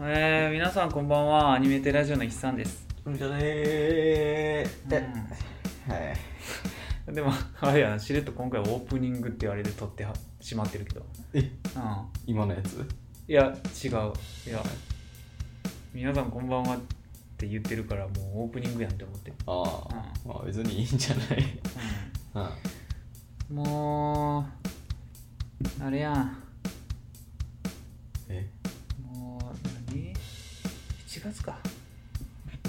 えー、皆さんこんばんはアニメテラジオの一さんです、うんじゃねーえ、はいうん、でも あれやなしれっと今回オープニングってあれで撮ってはしまってるけど、えうん、今のやついや違ういや皆さんこんばんはって言ってるからもうオープニングやんって思って、ああ、まあ別にいいんじゃない うんうん、もうあれやんえもう何 ?7 月か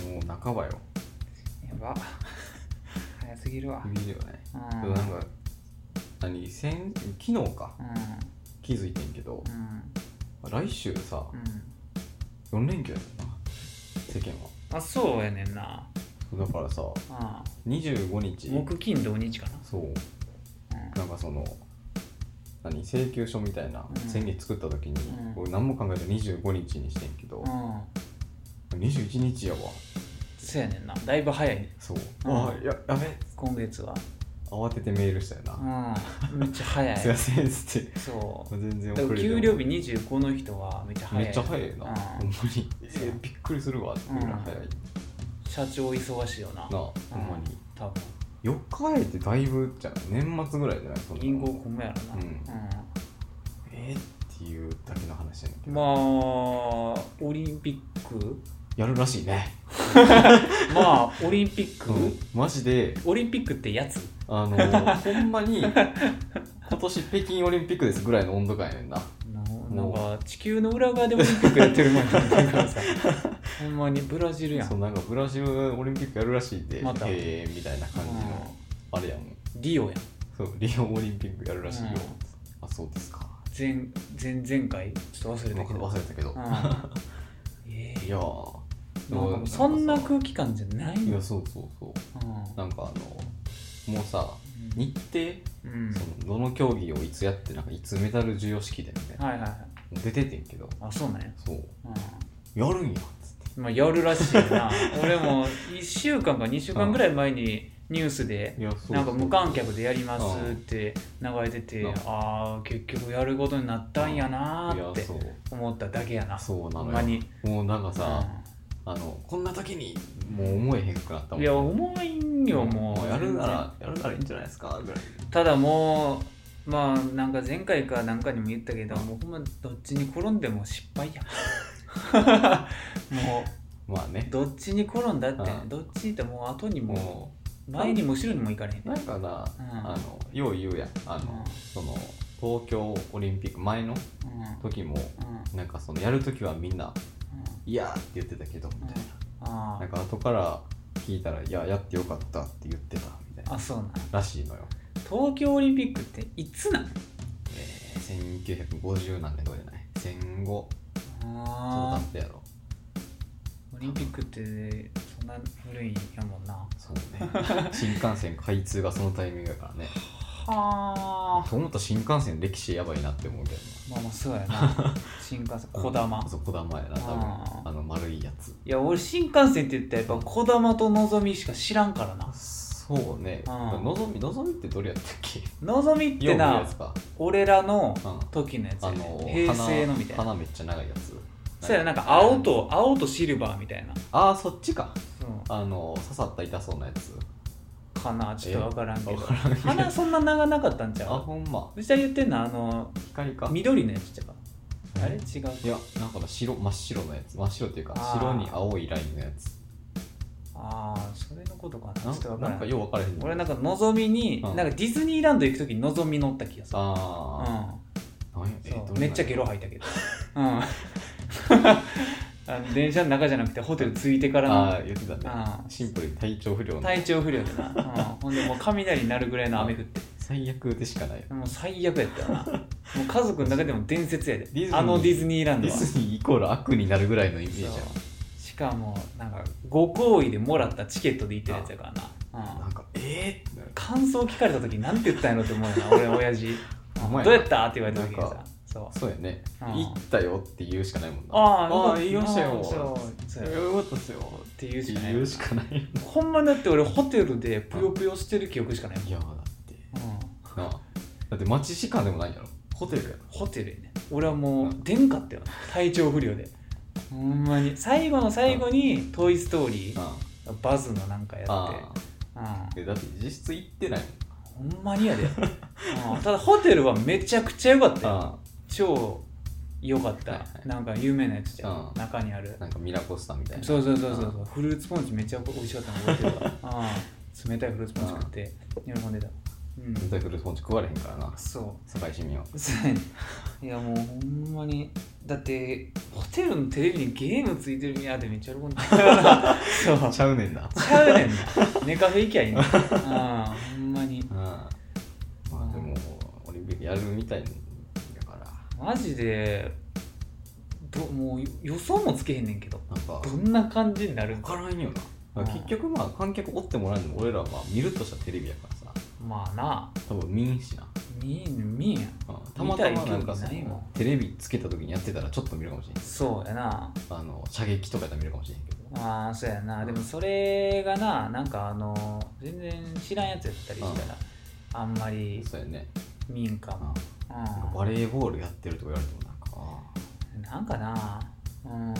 もう半ばよやば 早すぎるわいいよねうんなんか何先昨日かう気づいてんけどんうん来週さうん4連休やねんな世間はあそうやねんなだからさあ25日木金土日かなそううんなんかその何請求書みたいなうん宣言作った時に、うん俺何も考えて25日にしてんけど、うん21日やわそうやねんなだいぶ早いねそう、うんああややべ今月は慌ててメールしたよな、うんめっちゃ早すいまいせんっつってそ全然う遅だれからて給料日25の人はめっちゃ早いめっちゃ早いな、うんほんまに、えーびっくりするわっていうぐらい早い、社長忙しいよななうんあほんまに多分4日早いってだいぶじゃない年末ぐらいじゃないそんなの銀行混むやろなうんうんえー、っていうだけの話やねんけど、まあオリンピッ クやるらしいね、まあオリンピック、うん、マジでオリンピックってやつあのー ほんまに今年北京オリンピックですぐらいの温度感やねんなななんか地球の裏側でオリンピックやってるもんやからさ ほんまにブラジルやんそうなんかブラジルオリンピックやるらしいんで、またへえみたいな感じのあれやもんうんリオやんそうリオオリンピックやるらしいよ、うんあそうですか前前前回ちょっと忘れたけど忘れたけど、うん えいえやーなんかもうそんな空気感じゃないいのやそうそうそううんなんかあのもうさ日程、うんそのどの競技をいつやってなんかいつメダル授与式でみたいな、はいはいはい出ててんけどあそうなんや、そううやるんやっつってん、まあやるらしい な俺も1週間か2週間ぐらい前にニュースでいやそうそうなんか無観客でやりますって流れててうんああ結局やることになったんやなーっいてやそう思っただけやなそうなほんのまよにもうなんかさ、うあのこんな時にもう思えへんくなったんもんいや重いんよもうやるならやるならいいんじゃないですかぐらいただもうまあなんか前回かなんかにも言ったけどもうほんまどっちに転んでも失敗や もまあうねどっちに転んだってうんどっちってもう後にもも前にも後ろにも行かれへんうなんかな、うんあのよう言うやんあの、うんその東京オリンピック前うんのうん時もうんなんかそのやる時はみんな「いや」って言ってたけどみたいなあなんか後から聞いたら「いややってよかった」って言ってたみたいーなあそうなんらしいのよ東京オリンピックっていつなんえー、1950何年とかじゃない戦後ちょあっと経ってやろーオリンピックってそんな古いんやもんなそう ね新幹線開通がそのタイミングやからねはあそう思ったら新幹線歴史やばいなって思うけどまあまあそうや な新幹線なこだまそうこだまやな多分ああーの丸いやついや俺新幹線って言ったらやっぱこだまとのぞみしか知らんからなそうねうんのぞみのぞみってどれやったっけのぞみっよてう見るやなつか俺らのうん時のやつあや、のね、平成のみたいな花めっちゃ長いやつそうやななんか青と青とシルバーみたいな、ああそっちかうあの刺さった痛そうなやつん、かなちょっと分からんけえどわからんけど 花そんな長なかったんちあゃうほんまうちは言ってんのあの光か緑のやつちゃうかえあれ違ういやなんか白真っ白のやつ真っ白っていうかあー白に青いラインのやつああそれのことかなちょっとな分かんならんんかよう分からへん俺なんかのぞみに、うんなんかディズニーランド行く時にのぞみ乗った気がするうあんあ、なんやえそうどんなめっちゃゲロ吐い たけど、うん、あの電車の中じゃなくてホテル着いてからあのあ言ってたねあシンプルに体調不良の体調不良でな、うん、ほんでもう雷になるぐらいの雨降って最悪でしかないよもう最悪やったよなもう家族の中でも伝説やでィズニーあのディズニーランドデはィズニーイコール悪になるぐらいのイメージやそうしかもなんかご好意でもらったチケットで行ってるやつやからな、うんなんかえーってなる感想聞かれた時なんて言ったんやろって思う よな俺親父おうん前どうやったって言われた時になさんかそうそうやねうん行ったよって言うしかないもんなあああー言いましたよそうそうっよかったっすよっていうしかない言うしかないよほんまだって俺ホテルでぷよぷよしてる記憶しかないもんいやだってうんなあだって待ち時間でもないやろホテルやろホテルやね俺はもう出んかったよ体調不良でほんまに最後の最後に「トイ・ストーリー」あバズのなんかやってあうえだって実質行ってないもんんほんまにやでうんただホテルはめちゃくちゃ良かったよあ超良かった、はいはいなんか有名なやつじゃんうん中にあるなんかミラコスタみたいなそうそうそうそうそうフルーツポンチめっちゃ美味しかったの覚えてるわ ああ冷たいフルーツポンチ食って喜んでたうん絶対フルーツポンチ食われへんからなそ堺市民はうそうやね いやもうほんまにだってホテルのテレビにゲームついてるやでめっちゃ喜んでた そうちゃうねんなちゃう ねんな寝カフェ行きゃいいのああほんまにうんまあでもオリンピックやるみたいだからマジでどもう予想もつけへんねんけどなんかどんな感じになる分んかからんよなうん結局まあ観客おってもらえんでも俺らはまあ見るとしたテレビやからさまあな多分見んしな見えん見えんうんたまたまなん見たかいそ興味ないもんのテレビつけた時にやってたらちょっと見るかもしれんそうやなあの射撃とかやったら見るかもしれんけどああそうやなでもそれがななんかあの全然知らんやつやったりしたらあんまりそうやね見んかも、うんなんかバレーボールやってるとか言われてもななんかあんかなうん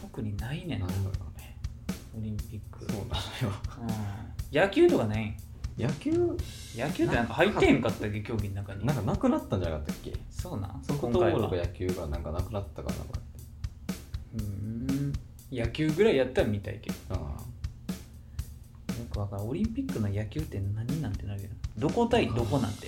特にないねあんなオんだろうねリンピックそうなのよう ん野球とかないん野球野球ってなんか入ってへんかったっけ競技の中になんかなくなったんじゃなかったっけそうなんソフト今ボー回ルはとか野球がなんかなくなったかなこうん野球ぐらいやったら見たいけどれうんよくわからんオリンピックの野球って何なんてなるよどこ対どこなんて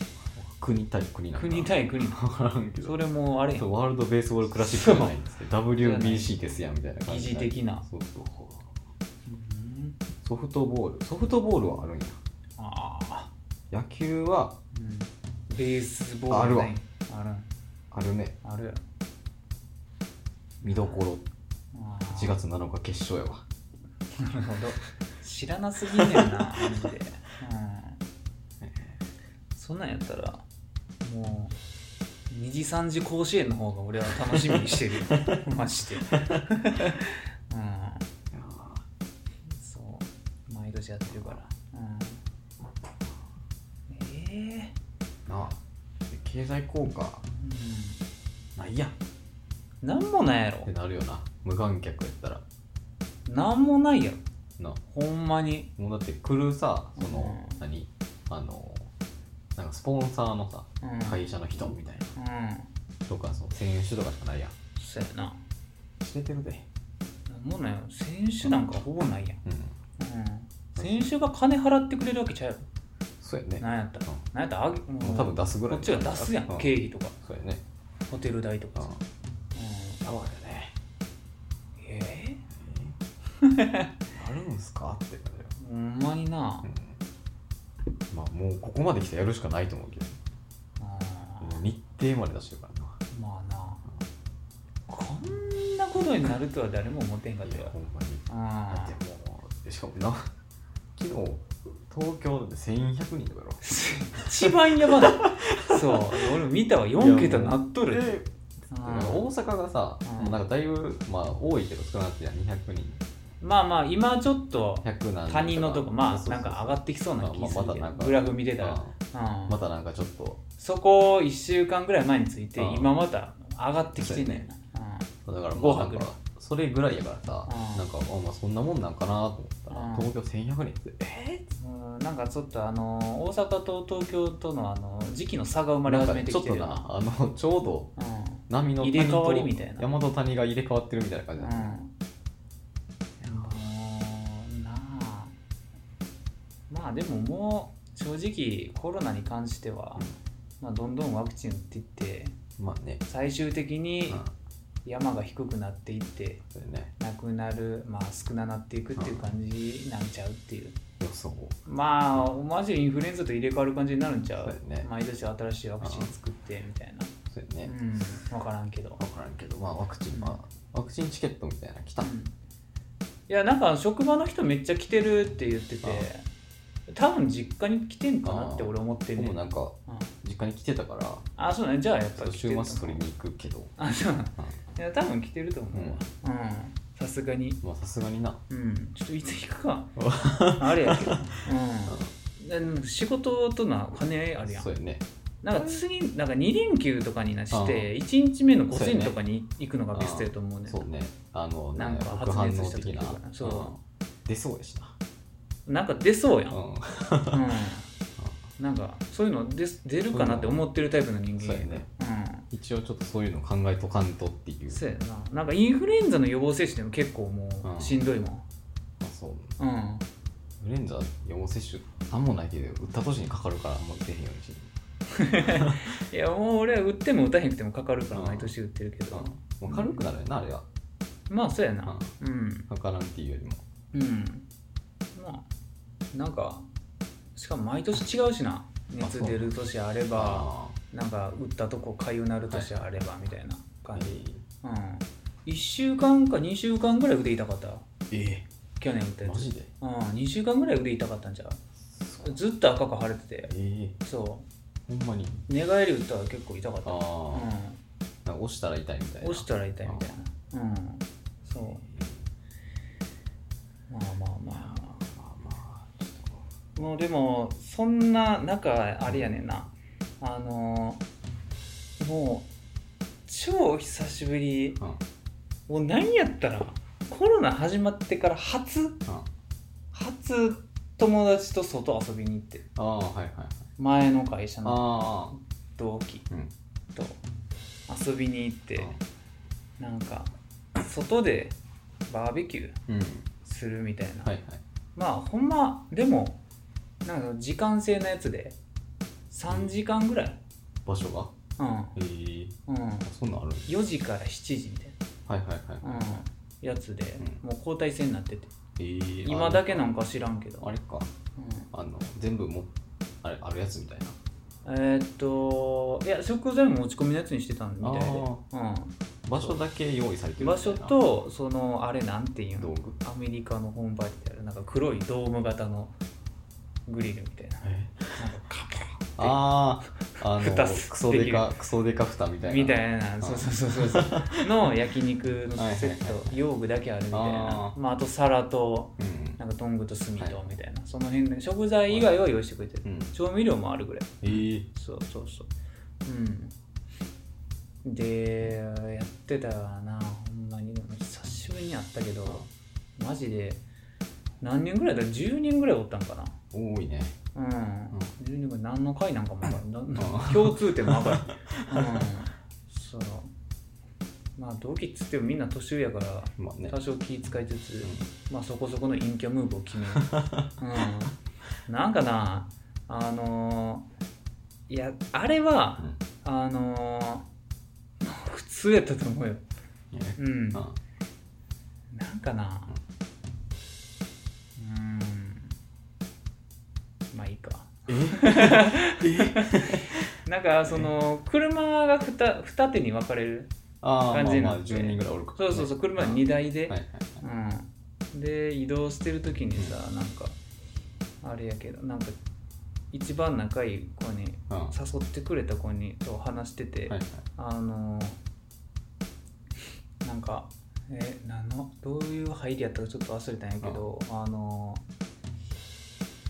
国対国なんか国対国分からんけどそれもあれやんそうワールドベースボールクラシックじゃないんで すけど WBC ですやんみたいな感じにる疑似的なそうそうソフトボールソフトボールはあるんやああ、野球はうん、ベースボールあるわねあるあるねあるやろ見どころあー1月7日決勝やわなるほど知らなすぎんねんなマジで、うん、そんなんやったらもう2時3時甲子園の方が俺は楽しみにしてるよマジでうんいやそう毎年やってるから、うん、ええーなあ経済効果ないやんっうん、なんもないやろてなるよな無観客やったらなんもないやろなほんまにもうだって来るさその、うん何あのなんかスポンサーのさうん、会社の人みたいなうんとかその選手とかしかないやんそうやな知れてるでなんもないやろ選手なんかほぼないやん、うんうん、選手が金払ってくれるわけちゃうやそうやねろなんやったらなんやったらあげうんも多分出すぐこらいっちが出すやんう経費とかそうやねホテル代とうかんさ、うん、そうやねええあるんすかって感じよ、ほんまにな、うん、まあもうここまで来たらやるしかないと思うけどうんもう日程まで出してるかまあなこんなことになるとは誰も思ってへんからっなたいやよほんまにだあってもうしかもな 昨日東京で1100人とかやろ一番やば ないそう俺見たわ4桁なっとるでなんかうん大阪がさ、うんなんかだいぶまあ多いけど少なくて200人まあまあ今ちょっと100何人他人のとこまあなんか上がっってきそうな気すまるあまけたどなんかグラフ見てたらうんまたなんかちょっとそこ1週間ぐらい前についてうん今また上がってきてんねんなだからごもう飯なんぐからいそれぐらいやからさ、うんなんかあまあそんなもんなんかなと思ったら、うん東京1100人ってえうんうんなんかちょっとあの大阪と東京とのあの時期の差が生まれなん始かめてちょきってるとよなあのちょうどうん波の入れ替わりみたいな山と谷が入れ替わってるみたいな感じうだんね、もうなあまあでももう正直コロナに関しては、まあ、どんどんワクチン打っていってまあね、最終的うんに、山が低くなっていってそれねなくなるまあ少ななっていくっていう感じなんちゃうっていう予想まあマジでインフルエンザと入れ替わる感じになるんちゃそううやね毎年新しいワクチン作ってみたいなそれね、うん分からんけど分からんけどまあワクチン、まあ、ワクチンチケットみたいなの来た、うんいやなんか職場の人めっちゃ来てるって言っててあ多分実家に来てんかなってあ俺思ってん僕ねもんなんかうん実家に来てたからあそうねじゃあやっぱそう来てると週思う末取りに行くけど、あそうなんうんいや多分来てると思うわうんさすがにまあさすがにな、うんちょっといつ行く かあれやけどうんででも仕事との兼ね合いあるやんそうやねなんか次なんか2連休とかになしうて1日目の午前そうやねとかに行くのがベストやと思うねそうねあのなんか副反発熱応した的時なとかなそううん出そうやしななんか出そうやん、ううんん、なんかそういうの出出るかなって思ってるタイプの人間そうやねうん一応ちょっとそういうの考えとかんとっていうそうやななんかインフルエンザの予防接種でも結構もうんうしんどいもんあそううん、インフルエンザ予防接種何もないけど打った年にかかるからあんま打てへんようにしいやもう俺は打っても打たへんくてもかかるからうん毎年打ってるけど、うんもう軽くなるよなあれはまあそうやなうんかからんっていうよりもうんまあなんかしかも毎年違うしな熱出る年あればあなんか打ったとこかゆなる年あればみたいなあ感じ、うん1週間か2週間ぐらい腕痛かったえ去年打ったえやマつジでうん2週間ぐらい腕痛かったんじゃうそうずっと赤く腫れててええそほんまにう寝返り打ったら結構痛かったああうなんか押したら痛いみたいん、な落ちたら痛いみたいなうんそうまあまあまあままあまあちょっとあもうでもそんな中あれやねんなあのーもう超久しぶりうんうんもう何やったらコロナ始まってから初あ初友達と外遊びに行ってあはいはいはい前の会社のあ同期あうんと遊びに行ってなんか外でバーベキューうんするみたいな、はいはいまあほんまでもなんか時間制のやつで3時間ぐらい、場所がうんええうん、あそんなんある4時から7時みたいはいはいはいな、うん、やつで、うもう交代制になっててええ今だけなんか知らんけど、あれかう、あの全部もあれあるやつみたいなんえーっといや食材も持ち込みのやつにしてたみたいであ、場所だけ用意されてうん、る場みたい所なとそのあれなんていう道の具アメリカの本場ってあるなんか黒いドーム型のグリルみたいなえなんかカパッあああの蓋すクソデカクソデカ蓋みたいなみたいな、そうそうそうそうそう の焼肉のセッはいはいはいト用具だけあるみたいなああ,、まあ、あと皿とうんなんかトングと炭はいとみたいな、その辺で食材以外は用意してくれてる、うん調味料もあるぐらいえーそうそうそううんでやってたなほんまにでも久しぶりに会ったけどマジで何人ぐらいだ10人ぐらいおったんかな多いねうん、10人ぐらい何の会なんかも分からんなんう共通点も分からん、うん、そうまあ同期っつってもみんな年上やからまあね多少気遣いつつ、うまあそこそこの陰キャムーブを決める、うん、なんかなあのーいやあれはんうんあのー 普通やったと思うよねうんうんなんかなうんまあいいか なんかその車が 2, 二手に分かれるああ感まじあにまなっあて10人ぐらいおるかそうそうそうね車2台で、はいはいうん、で移動してる時にさなんかあれやけどなんか一番仲いい子にはいうん誘ってくれた子にと話してて、はいはいあのなんかえ何のどういう入りやったかちょっと忘れたんやけど、あの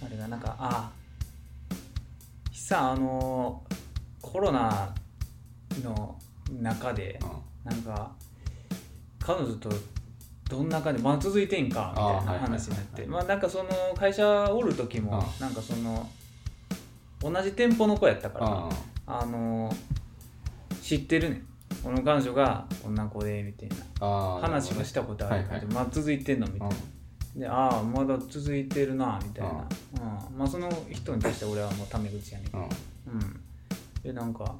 あれがなんかあさあのコロナの中でうんなんか彼女とどんな感じまあ続いてんかみたいな話になっあーはいはいはいはていまあなんかその会社おる時もうなんかその同じ店舗の子やったからああの知ってるねんこの彼女がこんな子でみたいなあああ話もしたことあるはいはいでまあ続いてんのみたういんなでああまだ続いてるなみたいなうんまあその人に対して俺はもうタメ口やねんうんうんでなんか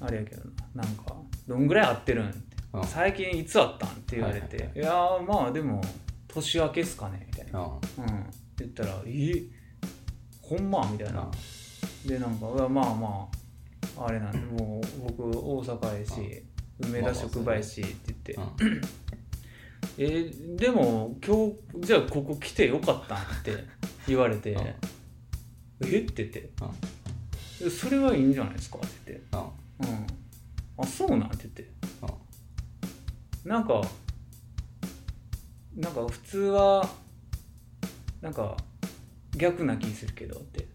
あれやけどななんかどんぐらい会ってるんってうん最近いつ会ったんって言われて、はいいはいやーまあでも年明けっすかねみたいな、ううんん、って言ったら「えほんま?」みたいな、うんでなんかうわまあまああれなんでもう僕大阪やし梅田職場やしって言って、うんえーでも今日じゃあここ来てよかったんって言われてう「んえっ?」て言ってう「んそれはいいんじゃないですか」って言って「うんうん、あそうなん?」って言ってうんなんかなんか普通はなんか逆な気するけどって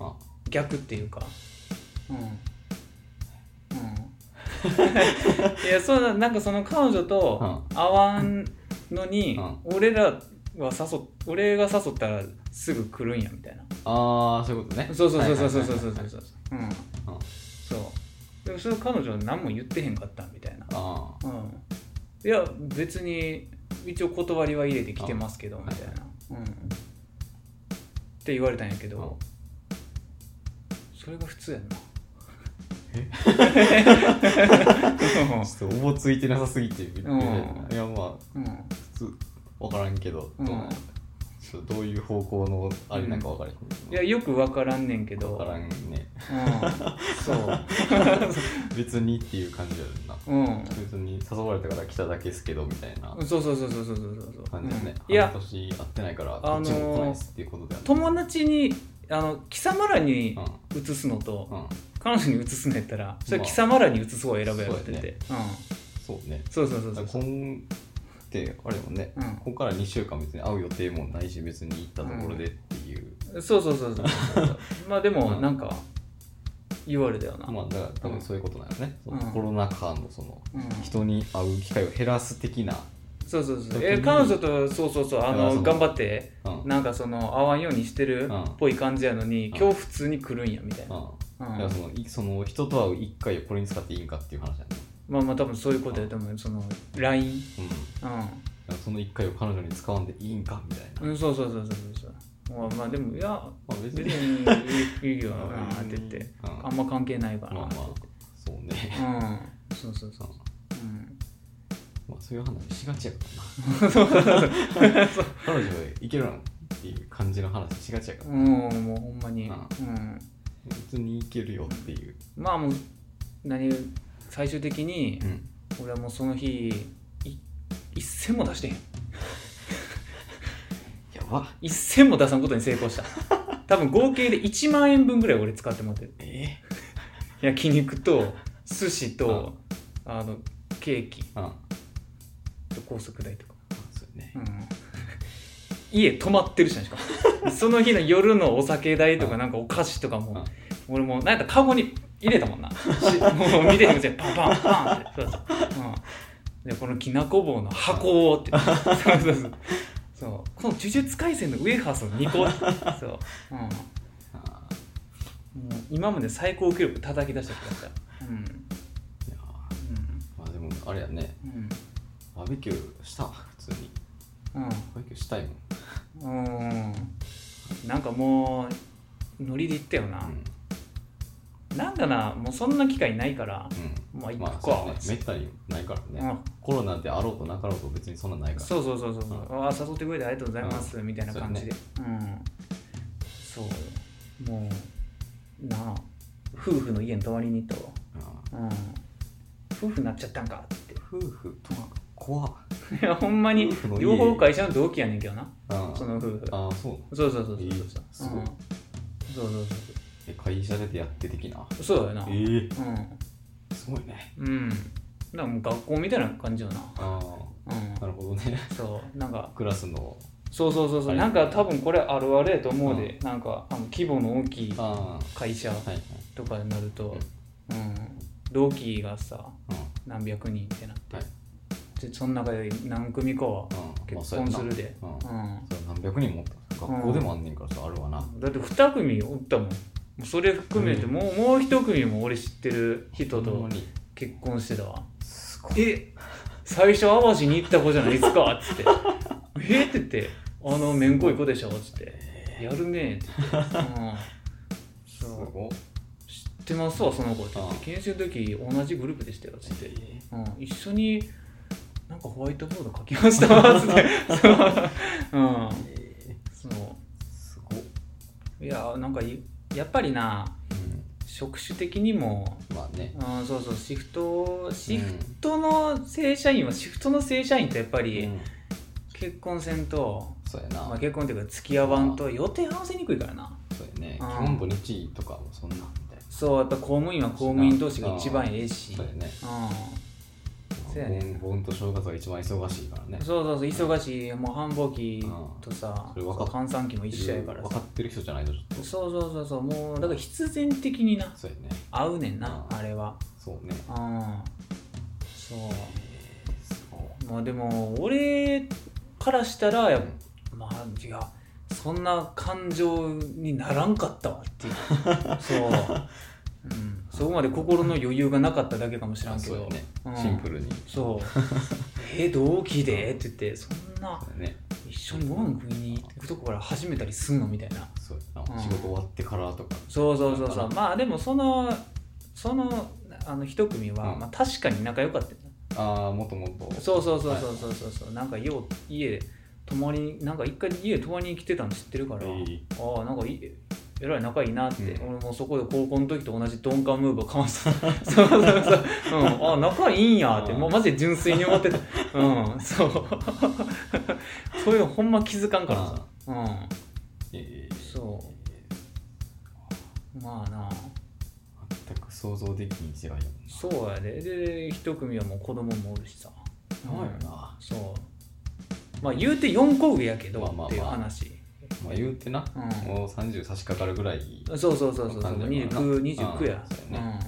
あ逆っていうかうん うんいやそうだなんかその彼女と会わんのに、う俺らは誘っ俺が誘ったらすぐ来るんやみたいなああそういうことねそうそうそうそうそうはいそうはいそうそはいはいううんうんそうでもそれ彼女は何も言ってへんかったみたいなあうんいや別に一応断りは入れてきてますけどあみたいな、うん、って言われたんやけどそれが普通やんなえうんあちょっとおぼついてなさすぎてびっくりだよなうんいやまあうん普通分からんけど、うんどうちょっとどういう方向のあれなんか分からへんけど、いやよく分からんねんけど分からんねうん、そう別にっていう感じやなうん別に誘われたから来ただけですけどみたいなそうそうそうそうそうそうそう感じだね、うんいや半年会ってないからあのーこっちも来ないですっていうことだよね友達にあの貴様らにうん移すのと、うん、彼女に移すのやったらそれまあ貴様らに移す方を選べよって言って、そうねうん、そうそうそうそだうから今ってあれもね、うんここから2週間別に会う予定もないし別に行ったところでっていう、そうそうそうそうそうまあでもうんなんか言われたよな、まあだから多分そういうことなんよね、うんそのコロナ禍のそのうん、人に会う機会を減らす的な、そうそうそう時にえ彼女とそうそうそうあだからのその頑張ってうんうんなんかその会わんようにしてるうんっぽい感じやのに、ん今日普通に来るんやみたいな、うんだからそのいその人と会う1回をこれに使っていいんかっていう話だね、まあまあ多分そういうことやと思うその LINE うん、だうからその1回を彼女に使わんでいいんかみたいな、ん、うん、そうそうそうそうそうそうまあまあでもいやまあ別別ににいいいいよなって言ってうんあんま関係ないかまあらまあそうね、うんそうそうそううんうんまあ、そういう話しがちやからな 彼女いけるのっていう感じの話しがちやからうんもうほんまに、ううんん、普通にいけるよっていう、まあもう何最終的にん、俺はもうその日い一銭も出してへんやば一銭も出さんことに成功 した多分合計で1万円分ぐらい俺使ってもらってるえ焼肉と寿司とあのケーキー、あと高速代とか、そうねう、ん、家泊まってるしなしかもその日の夜のお酒代とかうんなんかお菓子とかも俺もうなんかカゴに入れたもんなしもう見てへんうちにパンパンパンってそうそう、うん、でこのきなこ棒の箱をってそうそうそうそうこの呪術廻戦のウエハースの2個そう、うん、もあう今まで最高記録叩き出した気がしたうんーいやーまあでもあれやねうんバーベキューした普通にうんバーベキューしたいもん、うんなんかもうノリで言ったよな、うんなんかなもうそんな機会ないからうんまあま行あくかそうねめったにないからね、うんコロナであろうとなかろうと別にそんなんないからそうそうそうそう、うああ誘ってくれてありがとうございます、みたいな感じでう,、んそうもうなあ夫婦の家に泊まりに行ったわ、あうん、夫婦になっちゃったんか ってー夫婦とか怖っいやほんまに夫婦の家両方会社の同期やねんけどなあーその夫婦あーそうそうそうそうそうそう、いいすごいうんそうそうえ会社でやって的なそうそうそうだよな、えー、うんすごいねうんだからもう学校みたいな感じよなあうんあなるほどね そうなんかクラスのそうそうそうそあうれなんか多分これあるあるやと思うで、なんかあの規模の大きいああ会社はいはい、とかになると、うん、同期がさうん何百人ってなって、はいでその中で何組かはうん、まあ結そうや婚んなするで、うんうんそれ何百人もおった学校でもあんねんからさ、あるわなだって2組おったもんもうそれ含めてもう,、もう1組も俺知ってる人ほんまとに結婚してたわすごいえ最初淡路に行った子じゃないですかっつ って「えっ?」って言って「あのめんこい子でしょ」っつって「やるね」って言 って、うん、すそうごい知ってますわその子って言ってああ研修の時同じグループでしたよっつって、うん、一緒になんかホワイトボード書きましたわっつって そう,、うん、えそーすごい、ういやなんかいやっぱりな職種的にも、うん、まあねうん、そうそうシフトシフトの正社員はシフトの正社員ってやっぱうんりうん結婚せんと、そうやな、まあ、結婚っていうか付き合わんと予定合わせにくいからなそうやねうん基本土日とかもそんなみたいそうやっぱ公務員は公務員同士が一番ええしなそうやねうんそうやね盆盆と正月は一番忙しいからねそうそうそう忙しいもう繁忙期とさうんそれ分かっ換算期も一緒やから分さかってる人じゃないとちょっとそうそうそうそうもうだから必然的になそうやね合うねんなうんあれはそうねうんそえーそうまあでも俺からしたらやっうんまあいやそんな感情にならんかったわっていう そう、うん、そこまで心の余裕がなかっただけかもしらんけそうどやねうんシンプルにそう え同期でって言ってそんなそうやね一緒にご飯食いに行くとこから始めたりすんのみたいなそうやうんな仕事終わってからとかそうそうそうそだうからまあでもそのそのあの一組は、うんまあ、確かに仲良かったよなああもっともっとそうそうそうはいそうそうそうそう、なんかよう家で泊まりになんか一回家で泊まりに来てたの知ってるから、いいああなんかいいえらい仲いいなって、うん俺もそこで高校の時と同じ鈍感ムーブをかました そうそうそう、うん、ああ仲いいんやってうんもうマジで純粋に思ってたうんそう そういうのほんま気づかんからさうんえーそまあな全く想像できん世界やもんなそうやでで一組はもう子供もおるしさそうやなまそうまあ言うて4個上やけどまあまあまあっていう話、あ言うてなうんもう30差し掛かるぐらいそうそうそうそうそうわかんないからな 29, 29やあーそうやね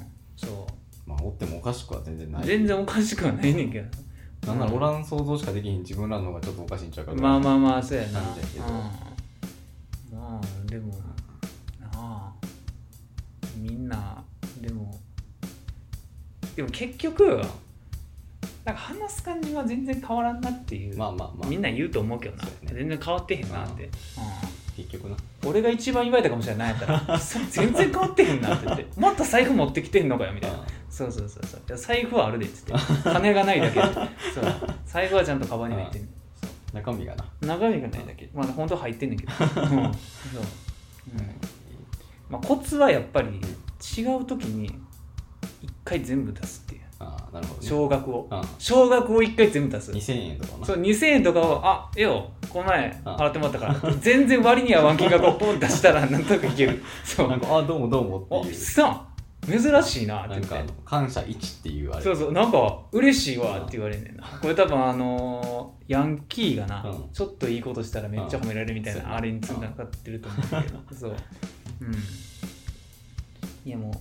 うん、そまあおってもおかしくは全然なうい全然おかしくはないねんけどなんならおらん想像しかできひん自分らの方がちょっとおかしいんちゃうかまああまあまあそうやななんだけどうん、まあでもなあみんなでもでも結局なんか話す感じは全然変わらんなっていう、まあまあまあみんな言うと思うけどな、そうやね全然変わってへんなって、結局なうん俺が一番言われたかもしれないやったら それ全然変わってへんなって言ってもっと財布持ってきてんのかよみたいなあそうそうそうそういや財布はあるでっつって金がないだ けでそう財布はちゃんとカバンに入ってんねんそうー中身がな中身がないだけまあ本当は入ってん ねんけど、うんそううんまあ、コツはやっぱり違う時に一回全部出すっていうああなるほどね少額をあ少額を一回全部出すー2000円とかなそう2000円とかをあええよこの前あ払ってもらったから全然割にはワン金額をポン出したらなんとかいけるそなんうかあどうもどうもおってっいうさん珍しいなって言なんっかあての感謝1っていうあれそうそうなんか嬉しいわって言われんねんなこれ多分あのーヤンキーがな、うんちょっといいことしたらめっちゃ褒められるみたいな、うんあれにつながってると思うんだけど、そううんいやも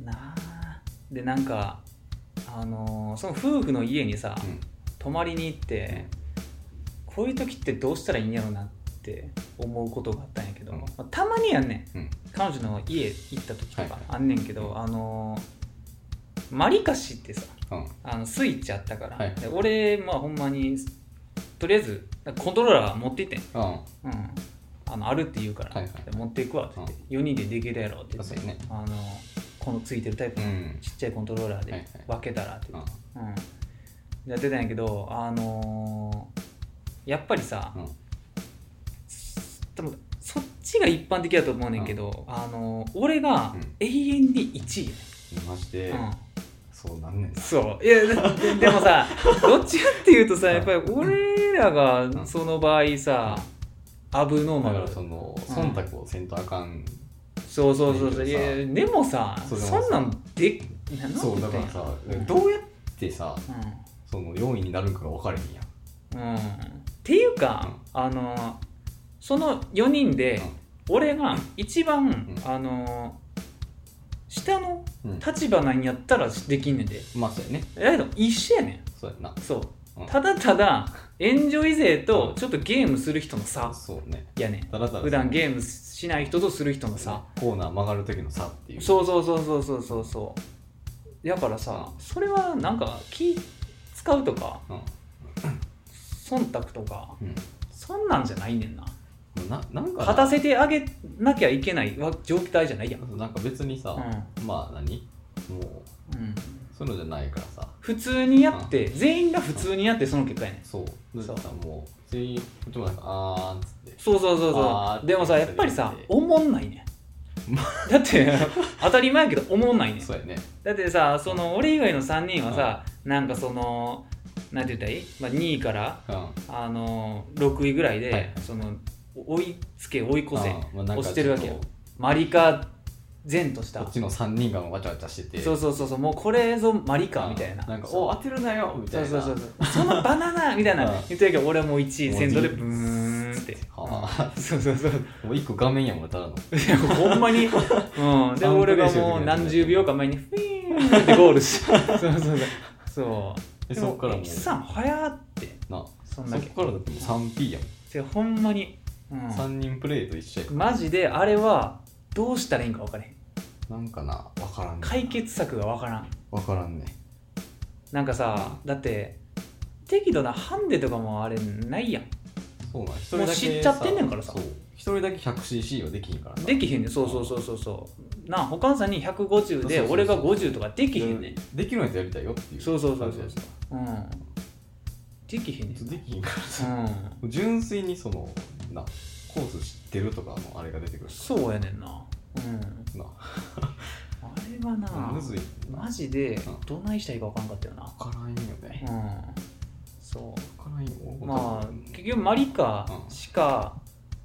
うなあでなんかあのーその夫婦の家にさ、うん泊まりに行って、こういう時ってどうしたらいいんやろうなって思うことがあったんやけど、うんまあたまにやんねんうん彼女の家行った時とはいかはいあんねんけど、あのーマリカシってさうんあのスイッチあったから、はいで俺まあほんまにとりあえずコントローラー持っていってん、うんうん、あのあるって言うから、はいはいで持っていくわって言って、4人でできるやろって言って、そうやねあのこのついてるタイプうのんちっちゃいコントローラーはいではい分けたらって言ってあうん、やってたんやけどあのーやっぱりさ、うん多分そっちが一般的だと思うねんけど、あのー俺がうん永遠に1位やね、ましてうんそうなんねんなそういやででも さどっちかっていうとさやっぱり俺らうがんその場合さ、アブノーマだかルらそのうん忖度をせんとあかんそうそうそうそうだいけどさやでもさそそうでもさんなんでなんなんそうだからさうんどうやってさその4位になるんかが分かれへんやんうん、うん、っていうか、あのその4人で俺が一番、んあの下のうん立場なんやったらできんねんでまあそうやねだけど一緒やねそうやなんそううんただただ援助以勢うとんちょっとゲームする人の差そうねやねんただただ普段ゲームしない人とする人の差コーナー曲がる時の差っていうそうそうそうそうそうそうそうだからさそれはなんか気使うとかうん、忖度とかうんそんなんじゃないねんなもうななんかな勝たせてあげなきゃいけないわ状態じゃないやん、なんか別にさ、うまあ何もうんうん、そういうのじゃないからさ普通にやって全員が普通にやってその結果やねんそうそうだからさもう全員こっちもなんかあーんっつってそうそうそうあそうーでもさやっぱりさおもんないねんまだ って当たり前やけどおもんないねんそうやねだってさその俺以外の3人はさ、なんかそのなんて言ったらいい、まあ、2位から、うんあの6位ぐらいで、はいその追いつけ追い越せあーまあなんか押してるわけちよょっとマリカ善としたこっちの3人がもうわちゃわちゃしててそうそうそうそうもうこれぞマリかうんみたいななんか「そうお当てるなよ」みそたいうなそうそうそうそのバナナみたいなうん言ってるけど俺はもう1位先頭でもうブーンってはあうんそうそうそうもう1個画面やもんただいのや ほんまに、うん、でアンプ俺レがイしてるも時うやった何十秒か前にフィーンってゴールして そうそうそうそうででそっからもうえさん早ってなそんだそっけからだってもう 3P やもん、てかほんまに、う3人プレイと一緒やかん、マジであれはどうしたらいいんか分からへんらなんかな分からんねんな解決策が分からん分からんねなんかさだって適度なハンデとかもあれないやんそうなん一人もうだけ知っちゃってんねんからさそう一人だけ 100cc はできひんからなできへんねんそうそうそうそうそうなあ他のさんに150でそうそうそう俺が50とかできへんねんできるやつやりたいよっていうそうそうそうそう感じやしなうんできへんねんできひんからさうん純粋にそのなコース知ってるとかのあれが出てくるそうやねんなうんなあれはなむずいなマジでうんどないしたらいいか分からんかったよな分からんよねうんそう分からんよまあ多分結局マリカうんしか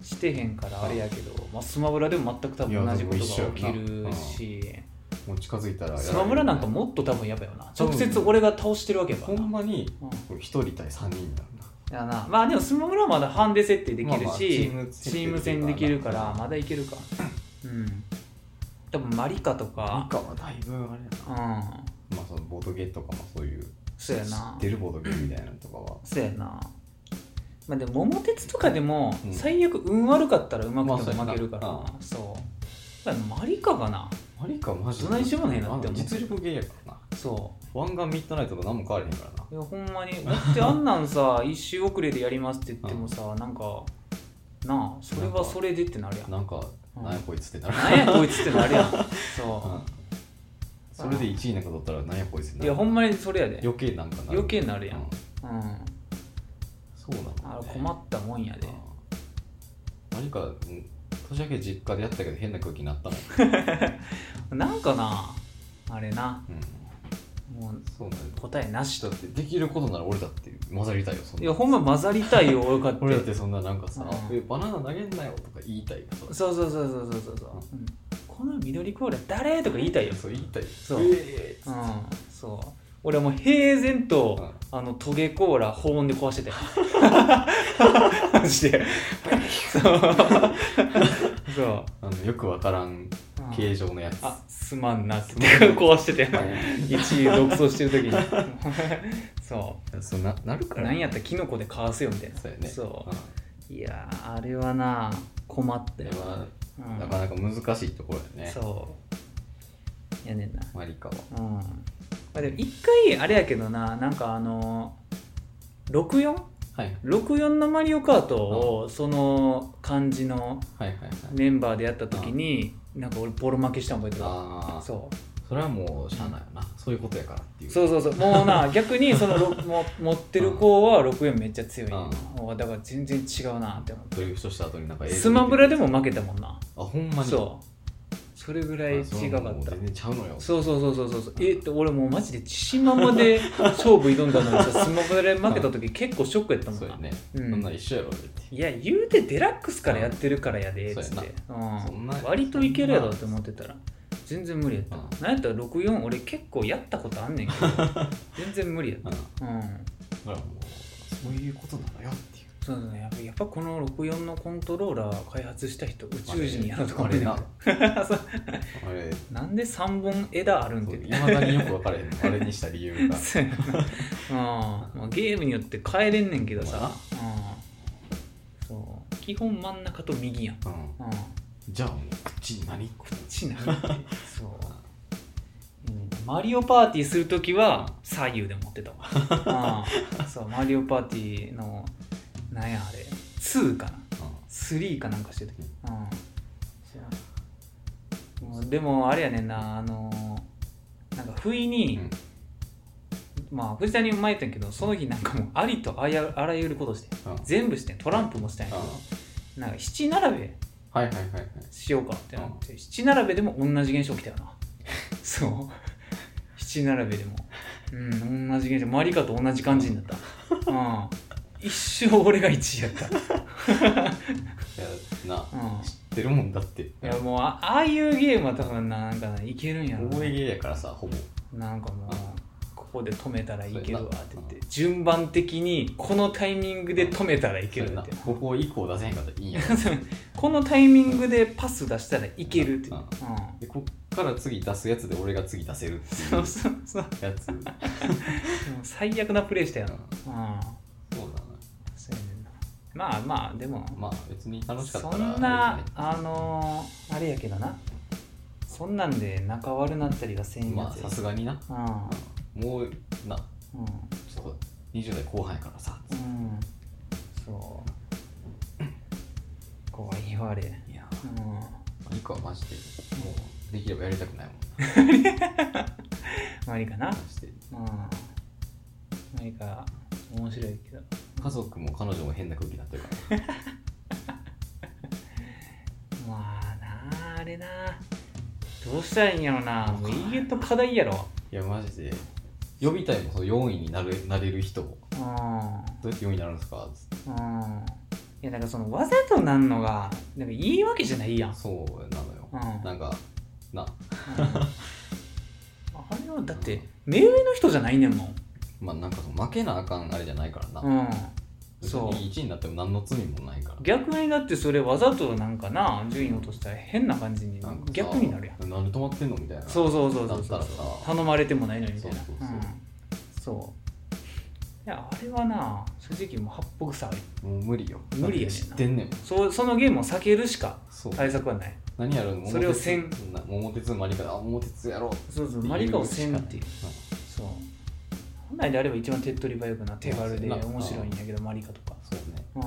してへんからあれやけど、まあ、スマブラでも全く多分同じことが起きるしもう近づいたらやられるスマブラなんかもっと多分やばいよな多直分接俺が倒してるわけやかほらなんまにうん1人対3人になるなやなまあでもスマブラはまだハンデ設定できまあるまあチし、ームチーム戦できるから設まだいけるかうん多分マリカと以か下はだいぶあれやなうんまあそのボードゲーとかもそういうそうや知なってるボードゲーみたいなのとかはそうやなまあでも桃鉄とかでもうん最悪運悪かったらうままあくそてうやもな負けるから、うそうだからマリカかなマリカマジどないしようもねえなって思うあの実力ゲーやからなそワンガンミッドナイトと何も変われへんからなういやほんまにだってあんなんさ 一周遅れでやりますって言ってもさなんかなあそれはそれでってなるやんなんか、うんなんやこいつってなる、なんやこいつってなるやんそうそれで1位なんか取ったらなんやこいつってないるやほんまにそれやで余計なんかなる余計なるやんうんうんそうなの、ね、あれ困ったもんやでうん何かうん年明け実家でやったけど変な空気になったもん、なんかなあれなうん、もうそうなの答えなしだとってできることなら俺だって混ざりたいよそんないやほんま混ざりたいよ俺かって俺だってそんななんかさ「うんえバナナ投げんなよ」とか言いたいよそれそうそうそうそうそうそうそう、うん、この緑コーラ誰とか言いたいよそう言いたいよそうえうーんそう俺はもう平然と、うんあのトゲコーラ保温で壊 してたよマジでそうそう、あのよくわからんうん形状のやつ、あすまんなってすまんな壊してたよは一位独走してる 時にそい そうななるかうら何やったらキノコでかわすよみたいなそうやねそんいやーあれはな困っあたれよ、はうんなかなか難しいところやね、そうやねんなマリカはうんまあでも一回あれやけどななんかあの 64?64 はいのマリオカートをその感じのはいはいはいメンバーでやった時になんか俺ボロ負けしたん覚えてるああそそれはもうしゃあないよなそういうことやからっていううそうそうそうもう な逆にそのろも持ってる子は64めっちゃ強いなうおだから全然違うなって思っドリフトした後になんか映て像スマブラで見も負けたもんなてあほんまにそうそれぐらいあそ違れかはっもうた全然ちゃうのよそうそうそうそうそうそうえっ俺もうマジで自信満々で勝負挑んだのにさスマブラで負けた時結構ショックやったもんそうなやね、うんそんなん一緒やろ俺っていや言うてデラックスからやってるからやでっそうつやっなて、そうんんな割といけるやろって思ってたら全然無理やった、うんなんやったら64俺結構やったことあんねん けど全然無理やっうんただかうんらもうそういうことなのよっていうそうだねやっぱやっぱこの64のコントローラー開発した人宇宙人やろとか思いなが らそうあれなんで3本枝あるんっていまだによく分からへんのあれにした理由 がそうやなうんまあ、ゲームによって変えれんねんけどさ、うん、そう基本真ん中と右やん、うんうん、こじゃあもう口に何こっちな そう、うんマリオパーティーするときは左右で持ってた わ、うん、そうマリオパーティーのなんやあれ2かな3かなんかしてた時うんそうもうでもあれやねんなあのなんか不意に、うんまあ藤谷も前言ったんやけどその日なんかもうありとあやあらゆることしてうん全部してトランプもしたんやけどなんか七並べはいはいはいはいしようかってなって七並べでも同じ現象起きたよなそう七並べでもうん同じ現象マリカと同じ感じになった、うん、一生俺が1位やった、いやなうん、ってるもんだっていやもうあああいうゲームは多分なんかねいけるんやろな大江芸やからさほぼなんかもううんここで止めたらいけるわって言ってそうや順番的にこのタイミングで止めたらいけるってそうやなここ以降出せへんかったらいいんや このタイミングでパス出したらいけるってうんうんでこっから次出すやつで俺が次出せるっていそうそうそううやつうんもう最悪なプレイしたよなうんそうだなそうやねんなまあまあでもまあ別に楽しかったそらんあれなじゃあのーあれやけどなそんなんで仲悪なったりがせいんまやあつさやすがになうんもうなうんそう20代後半やからさうんそう怖いよあれいやうん以降はマジでもうできればやりたくないもんなマリカなマジでうんマリカ面白いけど家族も彼女も変な空気になってるからまあなああれなどうしたらいいんやろなもう永遠と課題やろいやマジで予備隊もその4位になれなれる人をうんどうやって4位になるんですかつっうてんいやだからそのわざとなんのがなんかいいわけじゃないやんうんそうなのよなんかなあれはだって目上の人じゃないねんもんまあなんかその負けなあかんあれじゃないからな、うん別にそう1位になっても何の罪もないから逆にだってそれわざとなんかな順位落としたら変な感じになんかさ逆になるやんなんで止まってんのみたいなそうそうそうそだうったそうらさ頼まれてもないのにみたいなそうそうそううんそういやあれはな正直もう八方さもう無理よ無理やねんなだって知ってんねんもんそうそのゲームを避けるしかそう対策はない何やるのそれをせんな桃鉄マリカであ桃鉄やろうってそうそう言うマリカをせんっていうしかないそう本来であれば一番手っ取り早くな手軽でまあ面白いんやけどマリカとかうんそうねう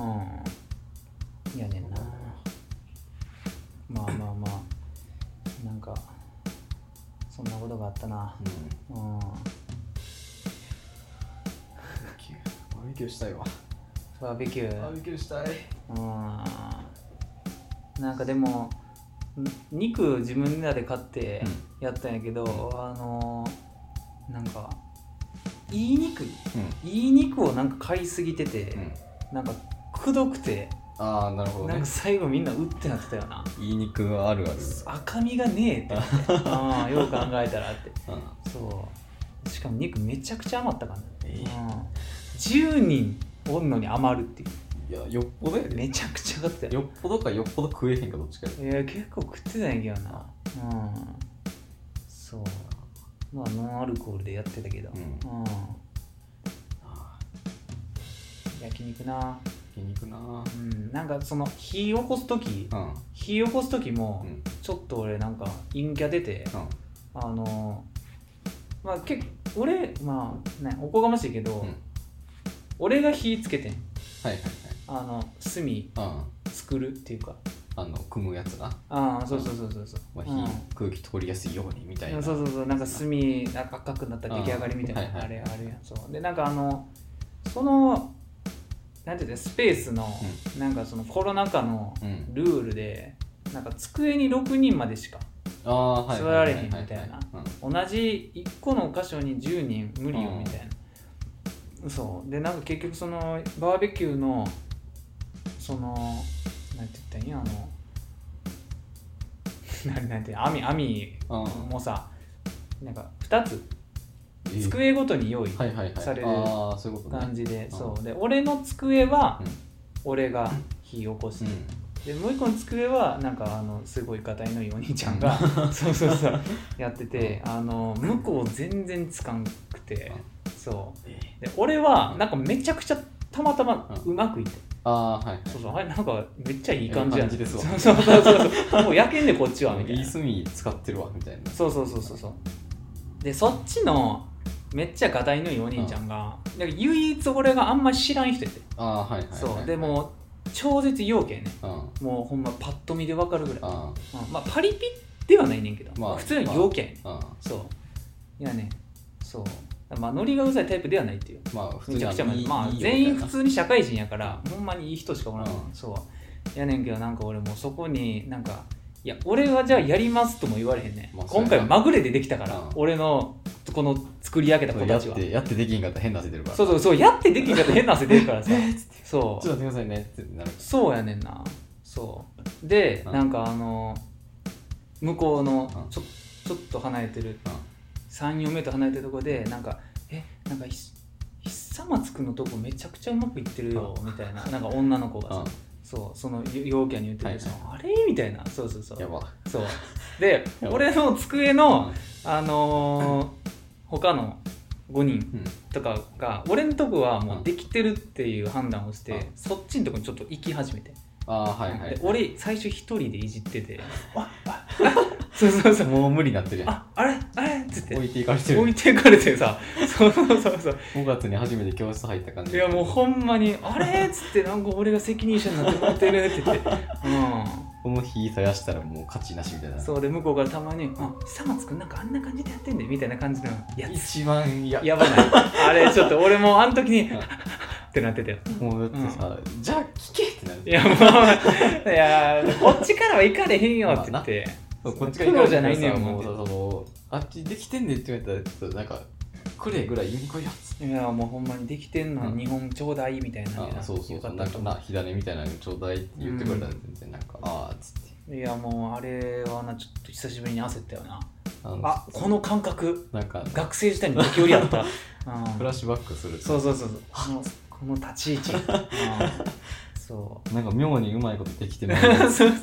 んいやねんなまあまあまあなんかそんなことがあったなうんうんバーベキューバーベキューしたいわバーベキューバーベキューしたいうんなんかでもん肉自分らで買ってやったんやけど、あのーなんかいい肉ういい肉をなんか買いすぎてて、ん、うん、なんかくどくて、ああなるほどなんねか最後みんなうってなってたよな言いにくはあるある赤身がねえってなってああよう考えたらってうんそうしかも肉めちゃくちゃ余ったからね、えうん、10人おんのに余るっていういやよっぽどやでめちゃくちゃ買ってたよよっぽどかよっぽど食えへんかどっちかやでいや結構食ってたんやけどなうんそうまあノンアルコールでやってたけどうんうん、あ焼肉なー焼肉なうんうんなんかその火起こす時うん火起こす時うもんちょっと俺なんか陰キャ出てあのまあ結構俺まあねおこがましいけど、うん俺が火つけてんはいはいはいあの炭うん作るっていうかあの組むやつな、ああそうそうそうそうそう、まあ火うん空気通りやすいようにみたいなそうそうそうなんか炭なんか赤くなったら出来上がりみたいな、うんはいあはいれあれやんそうでなんかあのそのなんていうのスペースの、なんかそのコロナ禍のうんルールで、なんか机に6人までしかああはい座られへんみたいなははは同じ1個の箇所に10人無理よみたいな、そうでなんか結局そのバーベキューのそのなんて言ったんやあの なんなんて網網うんうんもさなんか2つえー机ごとに用意はいはいはいされるああそういうことね感じで、んそうで俺の机はうん俺が火起こしうて、でんもう一個の机はなんかあのすごい硬いのいいお兄ちゃんが そうそうそうやっててあの向こう全然つかんくてそうえーで俺はなんかめちゃくちゃたまたまううまくいって、ああはいはいそうそうあれなんかめっちゃいい感じやんいい感じですわそうそうそうそうもう焼けんでこっちはみたいいない炭使ってるわみたいなそうそうそうそうそうでそっちのめっちゃ硬いのいいお兄ちゃんが、なんか唯一俺があんま知らん人やって、ああはいはいはいそうでもう超絶要件ねうんあもうほんまパッと見でわかるぐらいあうんまあパリピではないねんけど、まあ普通の要件やね、ああそういやねそうまあノリがうざいタイプではないっていうまあ普通めにちゃくちゃいいまあいいよ全員み普たいな通に社会人やからほんまにいい人しかおらん、うんそうやねんけどなんか俺もうそこになんかいや俺はじゃあやりますとも言われへんねん、まあそうや今な回まぐれでできたから、うん俺のこの作り上げたそ子うやたっちはてやってできんかったら変な汗出るからそうそうそうやってで きんかったら変な汗出るからさそうちょっと待ってくださいねってなるそうやねんなそうで、うんなんかあの向こうのうんちょちょっと離れてるうん34メートル離れてるとこでなんか「えなんかひ久松君のとこめちゃくちゃうまくいってるよ」みたいななんか女の子がさ、そうその陽キャに言ってるそのあれ?」みたいなそうそうそうんやうば そうでやば俺の机のあのー他の5人うんとかが俺のとこはもうできてるっていう判断をして、うんそっちのとこにちょっと行き始めて、ああーはいはいで俺最初一人でいじって て「ああ そうそうそうもう無理になってるやんああれあれ?」っつって置いていかれてる置いてかれてさ そうそうそうそう5月に初めて教室入った感じいやもうほんまに「あれ?」っつってなんか俺が責任者になってもらってるって言ってうこの日さやしたらもう勝ちなしみたいなんそうで向こうからたまに「あ久松君なんかあんな感じでやってんで」みたいな感じのやつ一番いややばないあれちょっと俺もあの時に「うっんてなってたよもうだってさ、じゃあ聞けってなるいやもういやこっちからは行かれへんよって言って、そうこっちプロじゃないねんからもうもさうそのあっちできてんねんって言われたらちょっとなんかくれぐらい言うんこいやついやもうほんまにできてんのうに日ん本ちょうだいみたいな、あそうそうよそかうったなんとか思な火種みたいなのちょうだいって言ってくれたんで全然なんかああっつってういやもうあれはなちょっと久しぶりに焦ったよなあのあこの感覚なんか学生時代に時折あ った、うん、フラッシュバックするそうそうそうそうこのこの立ち位 置、うん、そうなんか妙にうまいことできてない そうそうそう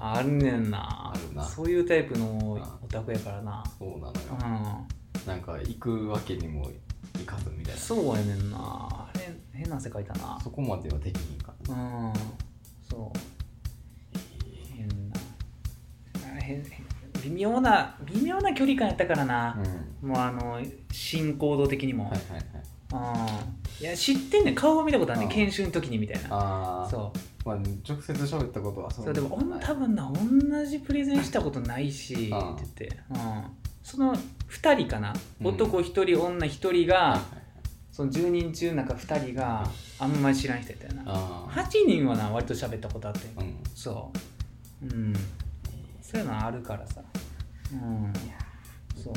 あるねんなあるなそういうタイプのオタクやからなそうなのようんなんか行くわけにもいかずみたいなそそうやねんなあれ変な世界だなこまではできひんかうらんそう変なあ変変微妙な微妙な距離感やったからな、うんもうあの新行動的にも、はいはいはいうんいや知ってんねん顔は見たことあるねんああ研修の時にみたいなああそうまあ直接喋ったことはそそうでもおん多分な同じプレゼンしたことないしって言ああって、うん、その2人かなうん男1人、女1人あがその10人中なんか2人があんまり知らん人やったよなあー8人はな割と喋ったことあってうんそううんそういうのあるからさうんそう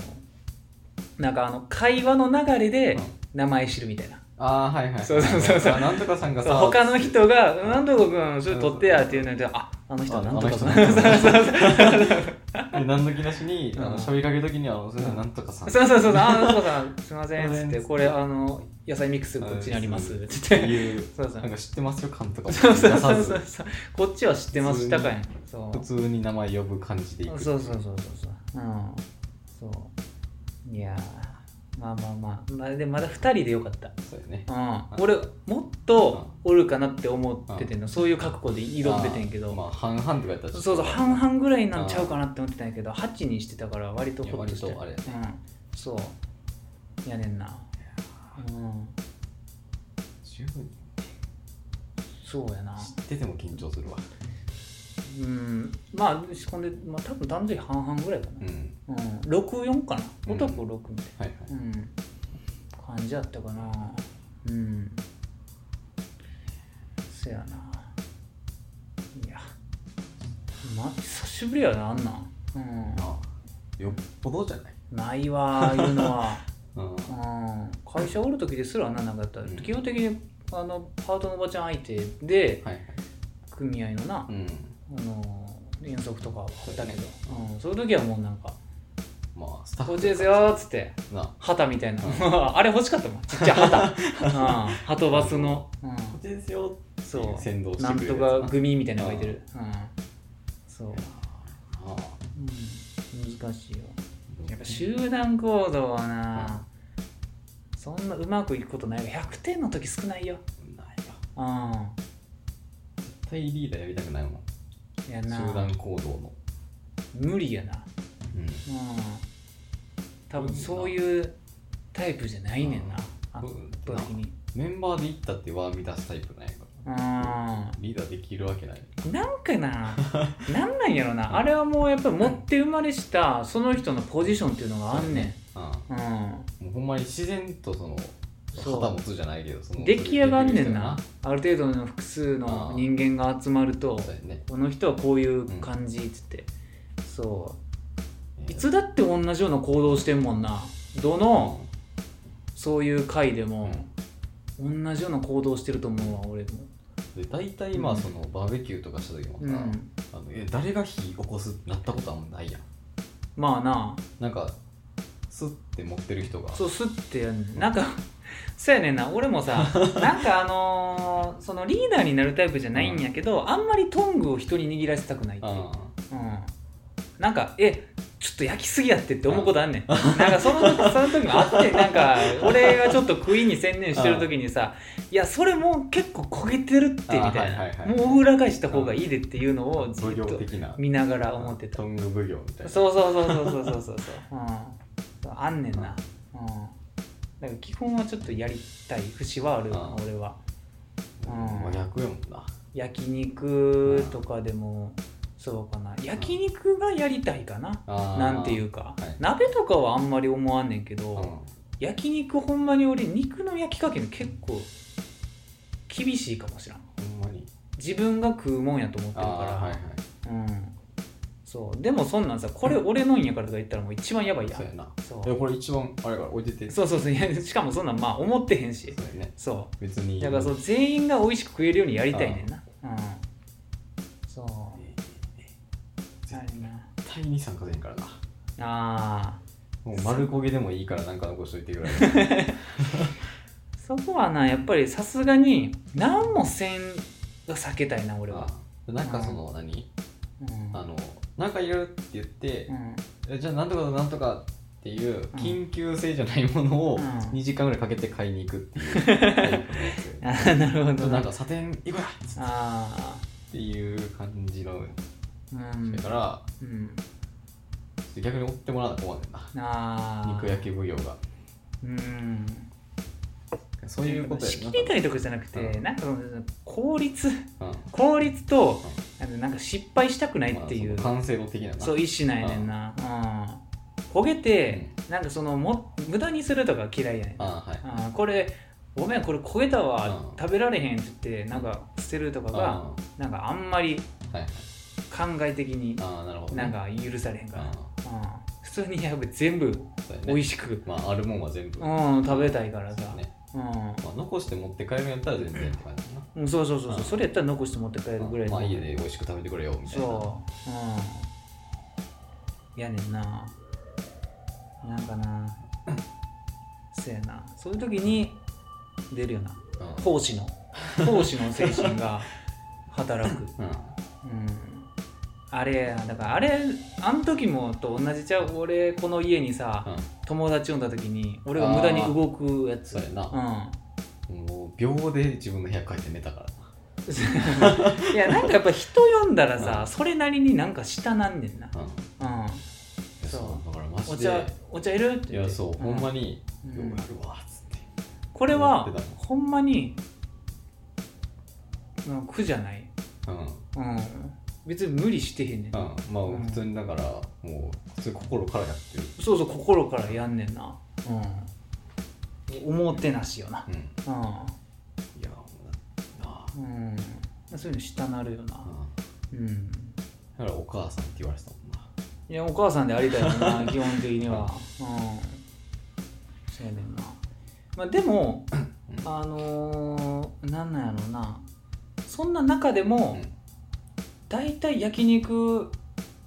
なんかあの会話の流れでうん名前知るみたいな、ああはいはいそうそうそうそうあなんとかさんがそうさ他の人が「なんとか君それ取ってや」って言うのにああの人はあなんとかさんあの人なんそとかうそうそう で何の気なしにあうんの喋りかける時にはあのそれじゃなんとかさ んそうそうそうそうあなんとかさんすいません」っつすいっまてせん「これあの野菜ミックスこっちにあります」ってって言っていうそうそうなんか知ってますよ感とか もそうそう出さそうずそうそうこっちは知ってますしたかいそう普通に名前呼ぶ感じでいくそうそうそうそうそううんそういやーまあまあまあまあでまだ2人でよかったそうよねうん俺もっとおるかなって思っててんのそういう覚悟で挑んでてんけあーどまあ半々とかやったらそうそう半々々ぐらいなんちゃうかなって思ってたんやけど8にしてたから割とほっとしていや割とあれうんそうやねんなうん十分そうやな知ってても緊張するわうんまあほんで、まあ、多分男女比半々ぐらいかう、なんうん、64かなうん男6みたいなはいはいうん、感じやったかなうんそやないやま久しぶりやなあんなん、うあよっぽどじゃないん、ないわーいうの は、うんうん、会社おる時ですらあんなんなかった、うん基本的にあのパートのおばちゃん相手ではいはい組合のな、うんあの遠足とかはだけど、うん、そういう時はもうなんかまあ「スタこッっフちですよ」っつってなこ旗みたいな、 あれ欲しかったもんちっちゃい 旗、うん、鳩バスの、うっちですよん、そ先導うしなてんくれとるやつか組みたいなの書いてる、うん、そう、ああうん、難しいよやっぱ集団行動はな、そんなうまくいくことないが100点の時少ないよ、ないようん、絶対リーダーやりたくないもんいや集団な行動の無理やな、うんうん、多分そういうタイプじゃないねんな、う圧ん倒的に、メンバーで行ったってワー満たすタイプなんやかうらんリーダーできるわけないなんか ななんなんやろなあれはもうやっぱり持って生まれしたその人のポジションっていうのがあんねううんんんもうほんまに自然とそのそう旗持つじゃないけどその出来上がんねんなそある程度の複数の人間が集まるとうだよねこの人はこういう感じっつってそういつだって同じような行動してんもんなどのもそういう回でも同じような行動してると思うわ俺もで大体まあそのバーベキューとかした時もさ、うんあのえ誰が火起こすってなったことはもうないやんまあななんかスッて持ってる人がそうすってやんねんなんか そうやねんな俺も さなんかあのーそのリーダーになるタイプじゃないんやけど、あんまりトングを人に握らせたくないっていう、うんああなんかえちょっと焼きすぎやってって思うことあんねん なんかその時その時もあってなんか俺がちょっと食いに専念してる時にさいやそれもう結構焦げてるってみたいな、あはいはいはいもう裏返した方がいいでっていうのをず奉っ行と的な見ながら思ってたトング奉行みたいなそうそうそうそうそう そうそうそう、うんそう、あんねんな、うん、だから基本はちょっとやりたい節はあるああ俺はうん真逆やもんな焼肉とかでもそうかな焼肉がやりたいかなあーなんていうか、はい鍋とかはあんまり思わんねんけうど、ん焼肉ほんまに俺肉の焼き加減結構厳しいかもしらんほんまに自分が食うもんやと思ってあるから、あはいはいうんそうでもそんなんさこれ俺のんやからとか言ったらもう一番やばいやんそうやなそうえこれ一番あれから置いててそうそうそういやしかもそんなんまあ思ってへんしそうやねそ別にうだからそう全員が美味しく食えるようにやりたいねんなうんそうえあれな絶対に参加せんからなあもう丸焦げでもいいからなんか残しといてぐらいーそこはなやっぱりさすがに何もせんが避けたいな俺はあなんかその何うんあのなんかいるって言ってうんえじゃあなんとかとなんとかっていう緊急性じゃないものをうん2時間ぐらいかけて買いに行くっていうタイプの やつあーなるほどちょっとななんか査定行くわっつっあていう感じのーうんだからうん逆に追ってもらわな困るなあー肉焼き奉行がうんそういうことや仕切りたいいとかじゃなくてうんなんかその効率効率とあのなんか失敗したくないっていう完成度的ななそう意思ないねんな、うん、焦げて、なんかそのも無駄にするとか嫌いやねんな、あはいうんこれごめんこれ焦げたわ、うん食べられへんって言ってなんか捨てるとかが、あなんかあんまりーはいはい考え的にあーなるほどねなんか許されへんから、あうん普通にやべ全部ーそうやね美味しく、まああるもんは全部うん、食べたいからさ、ねうんまあ残して持って帰るんやったら全然って感じだなうん、そうそうそうそう、うんそれやったら残して持って帰るぐらいのまあ家で美味しく食べてくれよみたいなそううんやねんななんかな せやなそういう時に出るよなうん奉仕の奉仕の精神が働くうんうんあれやだからあれあん時もと同じちゃう俺この家にさうん友達呼んだ時に俺が無駄に動くやつそうやなう、ん もう秒で自分の部屋帰って寝たからいやなんかやっぱ人呼んだらさ、うんそれなりになんか下なんねんなな、うん、うんいやそうだからマおジで茶お茶いるってい言っやてそう、ほんまに「うんようやるわ」っつってこれは思ってたもんほんまに、うん、苦じゃない、うん、うん、うん、別に無理してへんねん、まあ、うん普通にだからもう普通に心からやってるそうそう心からやんねんな、うん、おもてなしよなうんいうん、やもうなあうん、そういうの下なるよなう、んうん、だからお母さんって言われてたもんないやお母さんでありたいよ な基本的にはうんそうやねんな、まあ、でもうんあのー、なんなんやろうなそんな中でも、うん大体焼肉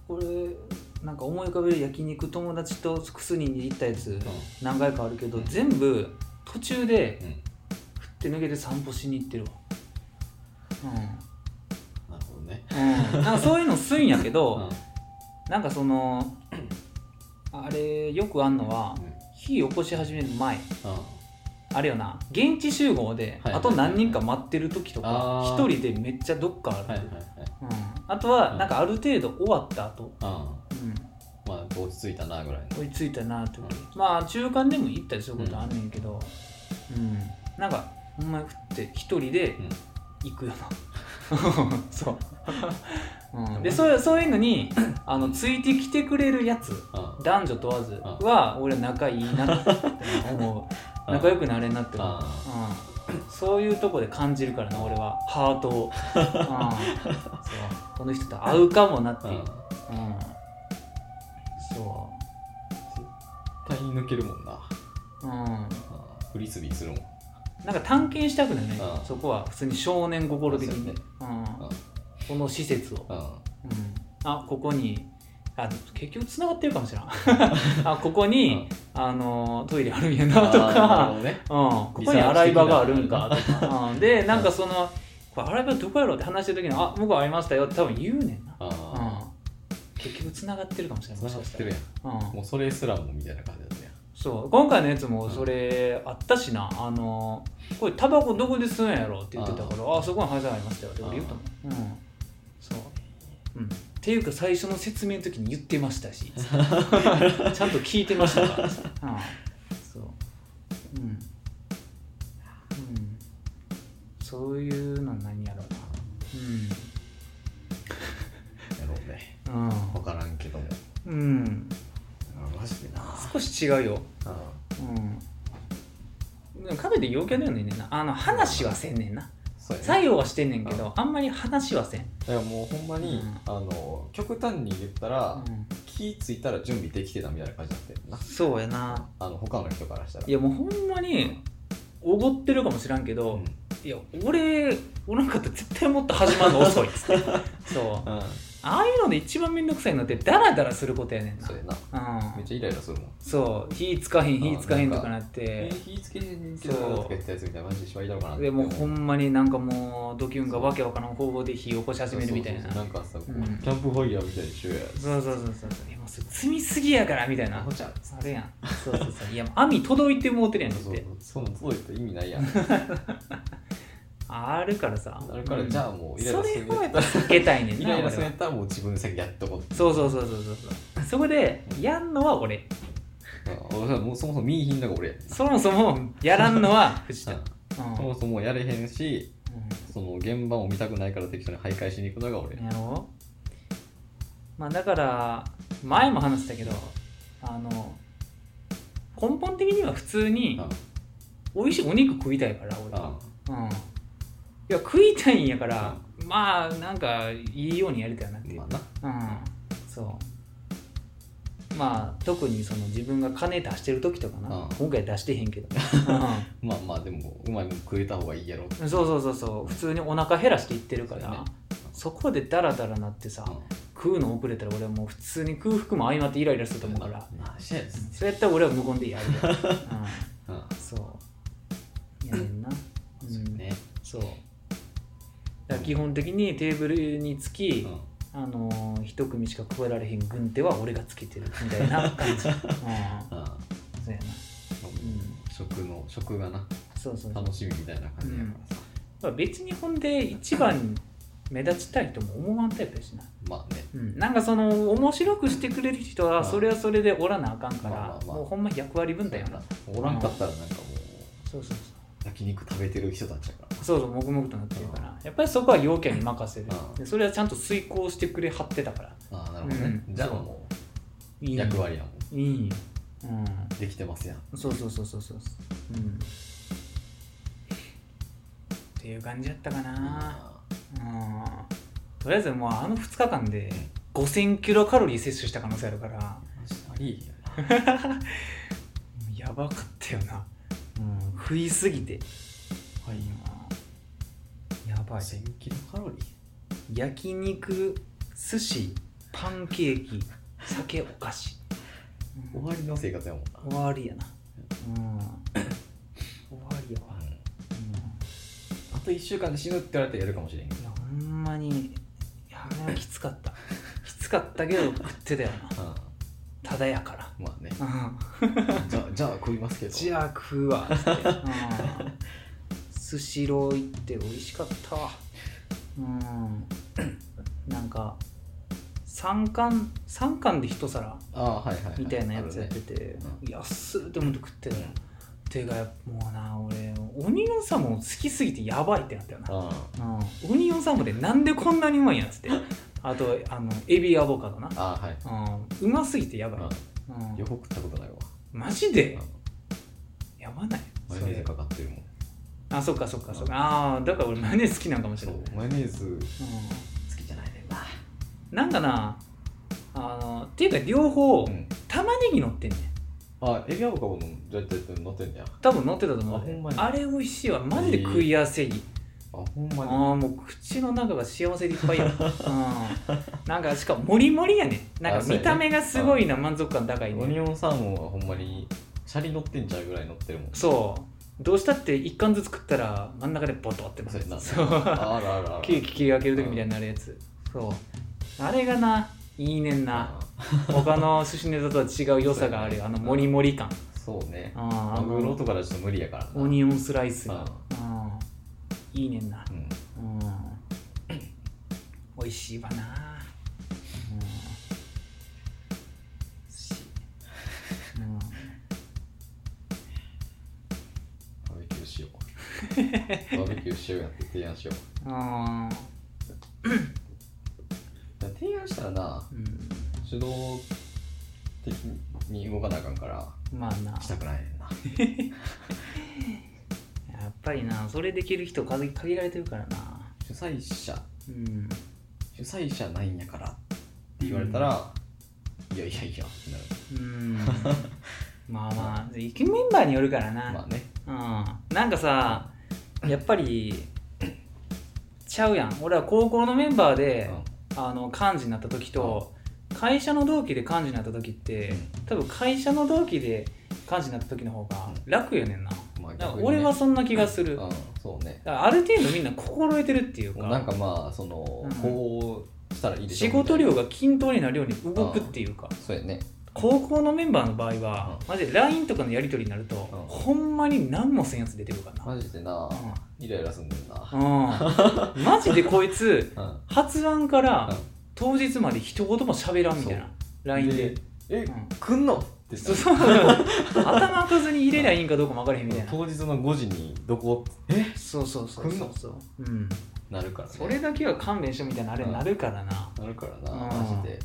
俺なんか思い浮かべる焼肉友達と複数人で行ったやつ何回かあるけど、うん全部途中でうん、うん、振って抜けて散歩しに行ってるわなるほどねうん、うん、なんかそういうのすんやけ うど、んうんなんかそのあれよくあんのは火起こし始める前あれよな現地集合ではいあと何人か待ってる時とかあ一ー人でめっちゃどっかあはいる、はいはいうん、あとはうんなんかある程度終わった後、ううんん、まあ落ち着いたなぐらいの追いついたなという、うまあ中間でも行ったりすることあんねんけど、うんなんかほんまに食って一人でうん行くよな、 そう、うん、ででもそうそういうのに あのついてきてくれるやつうん男女問わずは俺仲いいなって思 ううん仲良くなれんなって思う、あうん、そういうとこで感じるからな俺はハートを、うん、そうこの人と合うかもなってあいう、ううんん、そう絶対に抜けるもんなうん、うんフリスビーするもんなんか探検したくない、うんそこは普通に少年心的に、そうですうんうんこの施設を、ううんあここにあ結局つながってるかもしれ んあここに、あのトイレあるんやんなとあーなるかほどねうん、ここに洗い場があるんかとか、うんでなんかそのこれ洗い場どこやろうって話してる時に「あ僕ありましたよ」って多分言うねんな、うあん、結局つながってるかもしれあないつながってるやんうん、もうそれすらもみたいな感じだったやんそう今回のやつもそれあったしな、あのこれタバコどこで吸うんやろって言ってたからああそこに灰皿ありましたよって俺言ったもんうんそう、うん、っていうか最初の説明の時に言ってました しちゃんと聞いてました から、うん、そううん、うん、そういうの何やろうやろうねな分からんけどもうん、うんうん、あマジでな少し違うようんうん、でもカフェで陽キャだよねんなあの話はせんねんなそうやね作業はしてんねんけどあんまり話はせん、だからもうほんまに、うんあの極端に言ったら、うん気付いたら準備できてたみたいな感じだったよなそうやなあの他の人からしたらいやもうほんまにおごってるかもしらんけうど、んいや俺おらんかったら絶対もっと始まるの遅いっつ ってそううんああいうので一番面倒くさいのってダラダラすることやねんなそうやなうめっんちゃイライラするもんそう火つかへん火つかへんとかなってえー火つけてんけどそうとか言ったやつみたいなマジでしばいだろうかなってでもうほんんまになんかもうドキュンがわけわからん方法で火起こし始めるみたいななんかさこううんキャンプファイヤーみたいにしようやそうそうそうそうそういやもうそれ積みすぎやからみたいなほちゃんそあるやんそうそうそういやもう網届いてもうてるやんっうてそうそうそう意味ないやんあるからさあるからじゃあもうイライそラすれるんをややっったぱら避けたいねんイなライラ俺するんやはったらもう自分先やっとこうそうそうそうそうそうそうそこでやんのは俺うん俺はもうそもそも見いひんのが俺やそもそもやらんのは 藤田うんうんそもそもやれへんしその現場も見たくないから適当に徘徊しに行くのが俺うんやろうまあだから前も話したけどあの根本的には普通にうん美味しいお肉食いたいから俺はあうんいや食いたいんやから、まあなんかいいようにやりたいなっていう、まあなうんそうまあ特にその自分が金出してる時とかな、うん今回出してへんけ ど、まあまあでもうまいもん食えた方がいいやろってうん、そうそうそうそう普通にお腹減らしていってるからそそ,、うやねこでダラダラなってさ、食うの遅れたら俺はもう普通に空腹も相まってイライラすると思うから、なしやつそれやったら俺は無言でやる よ、ううんん、そうやねんな、うんそうよねそうだから基本的にテーブルにつき、うんあのー一組しか加えられへん軍手は俺がつけてるみたいな感 じ、うん、そううんやな、う、食の食がなんそうそうそう楽しみみたいな感じやからさ、まあ別にほんで一番目立ちたいとも思わんタイプやしな、まあねうん、なんかその面白くしてくれる人はうんそれはそれでおらなあかんから、まあまあまあもうほんま役割分担やなおらんかったらなんかもそうそうそうう焼肉食べてる人たちやからそうそう黙々となってるからやっぱりそこは要件に任せるうんでそれはちゃんと遂行してくれはってたからああなるほどね、うんじゃあもいういよ役割やもんいいようんできてますやんそうそうそうそうそうそううんっていう感じやったかなうんとりあえずもうあの2日間で5000キロカロリー摂取した可能性あるからありえへんよやばかったよな、うん、食いすぎてなはいうんやばい1000キロカロリー焼肉寿司パンケーキ酒お菓子、う終んわりの生活やもんな、終わりやな、うん、終わりやわ、うんあと1週間で死ぬって言われたらやるかもしれんけいやほんまにいやあれはきつかった きつかったけど食ってたよなど、ただやからうん、まあねうんじゃあ じゃあ食いますけどじゃあ食うわっつってうんスシロー行って美味しかったわうんなんか3貫三貫で一皿ああはいはい、はい、みたいなやつやってあて、う安っと思って食ってたよ、うんてかもうな俺オニオンサーモン好きすぎてやばいってなったよなるねうん、オニオンサーモンでなんでこんなにうまいんや つってあとあのエビアボカドなあ、ああはい、うん、うますぎてやばい、ううんん、よく食ったことないわマジでやばないマヨそネーズれかかってるもんあそっかそっかそっかああだから俺マヨネーズ好きなんかもしそ、れないうマヨネーズう好きじゃないねん、なんかなあのっていうか両方、うん玉ねぎ乗ってんねんあエビアボカドもどうやって乗ってんだよ多分乗ってたと思うあほんまにあれ美味しいわマジで食いやすい、あほんまあにーもう口の中が幸せでいっぱいや、うん、なんかしかもモリモリやねなんあかそうやね見た目がすごいな満足感高いオニねオンサーモンはほんまにシャリ乗ってんちゃうぐらい乗ってるもんそうどうしたって一貫ずつ食ったら真ん中でボトってなそうるやなそうああるあるあるケーキ切り分ける時みたいになるやつそうあれがないいねんな他の寿司ネタとは違う良さがあるよあのモリモリ感うんそうねあーあマのグロとかだとちょっと無理やからなオニオンスライスがあうんいいねんなうんうん美味しいわなうん美味しいうんバーベキューしようバーベキューしようやって提案しようあだから提案したらなーう手動的に動かなあかんからんまあなしたくないねんなやっぱりなそれできる人限限られてるからな主催者うん主催者ないんやからって言われたら、いやいやいやってなるうん まあまあ行くメンバーによるからまな、あねうん、なんかさやっぱりちゃうやん俺は高校のメンバーで、あの幹事になった時と、会社の同期で幹事になった時って多分会社の同期で幹事になった時の方が楽やねんな,、うんまあなんか逆にね俺はそんな気がすうる、ん、うん、そうねだからある程度みんな心得てるっていうかなんかまあその、うんこうしたらいいでしょ仕事み量が均等になるように動くっていうか、たいなそうやね高校のメンバーの場合は、マジで LINE とかのやり取りになると、んほんまに何もせんやつ出てくるからな、マジでな、イライラすんねんなうんマジでこいつうん、うん発案から当日まで一言も喋らんみたいそな LINE でえ、うん来んのってそうさそう頭開かずに入れりゃいいんかどうかも分からへんみたいな当日の5時にどこえそうそうそうそうそう、うん、なるからねそれだけは勘弁してみたいなあれなるからな、なるからな、うんマジで、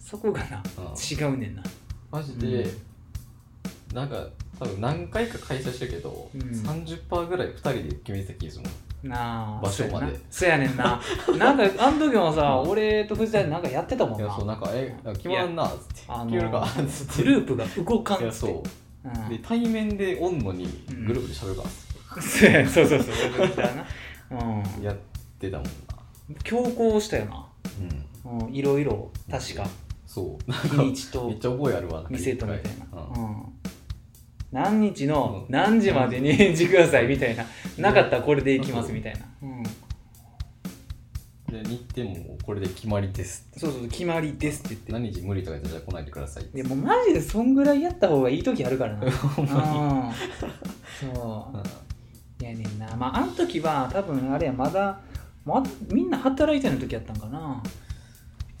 そこがなうん違うねんなマジで、うなんか多分何回か開催してるけど、うん30%ぐらい2人で決めてた気がするもんなあ場所までそうやなそうやねんななんかあの時もさうん俺と藤田なんかやってたもんいやそうななんか「え決まらんな」っつって「あのー決めるか」っつってグループが動かんっつっていやそううんで対面でおんのにうんグループで喋るかっつっそうやそうそうそうそうそうやなうんてやってたもんな強行したよなうんうんいろいろ確かそうなん日かにちと めっちゃ覚えあるわなんか店とみたい一な、回うんうん、何日のうん何時までに返事くださいみたいな、うんなかったらこれでいきますみたいな、うん、で日程ももうこれで決まりですってそうそう決まりですって言って何時無理とか言ったらじゃあ来ないでくださいっつ ってでもうマジでそんぐらいやった方がいい時あるからな ほんまうんそにうんういやねんなまああの時は多分あれやまだまだみんな働いてる時やったんかな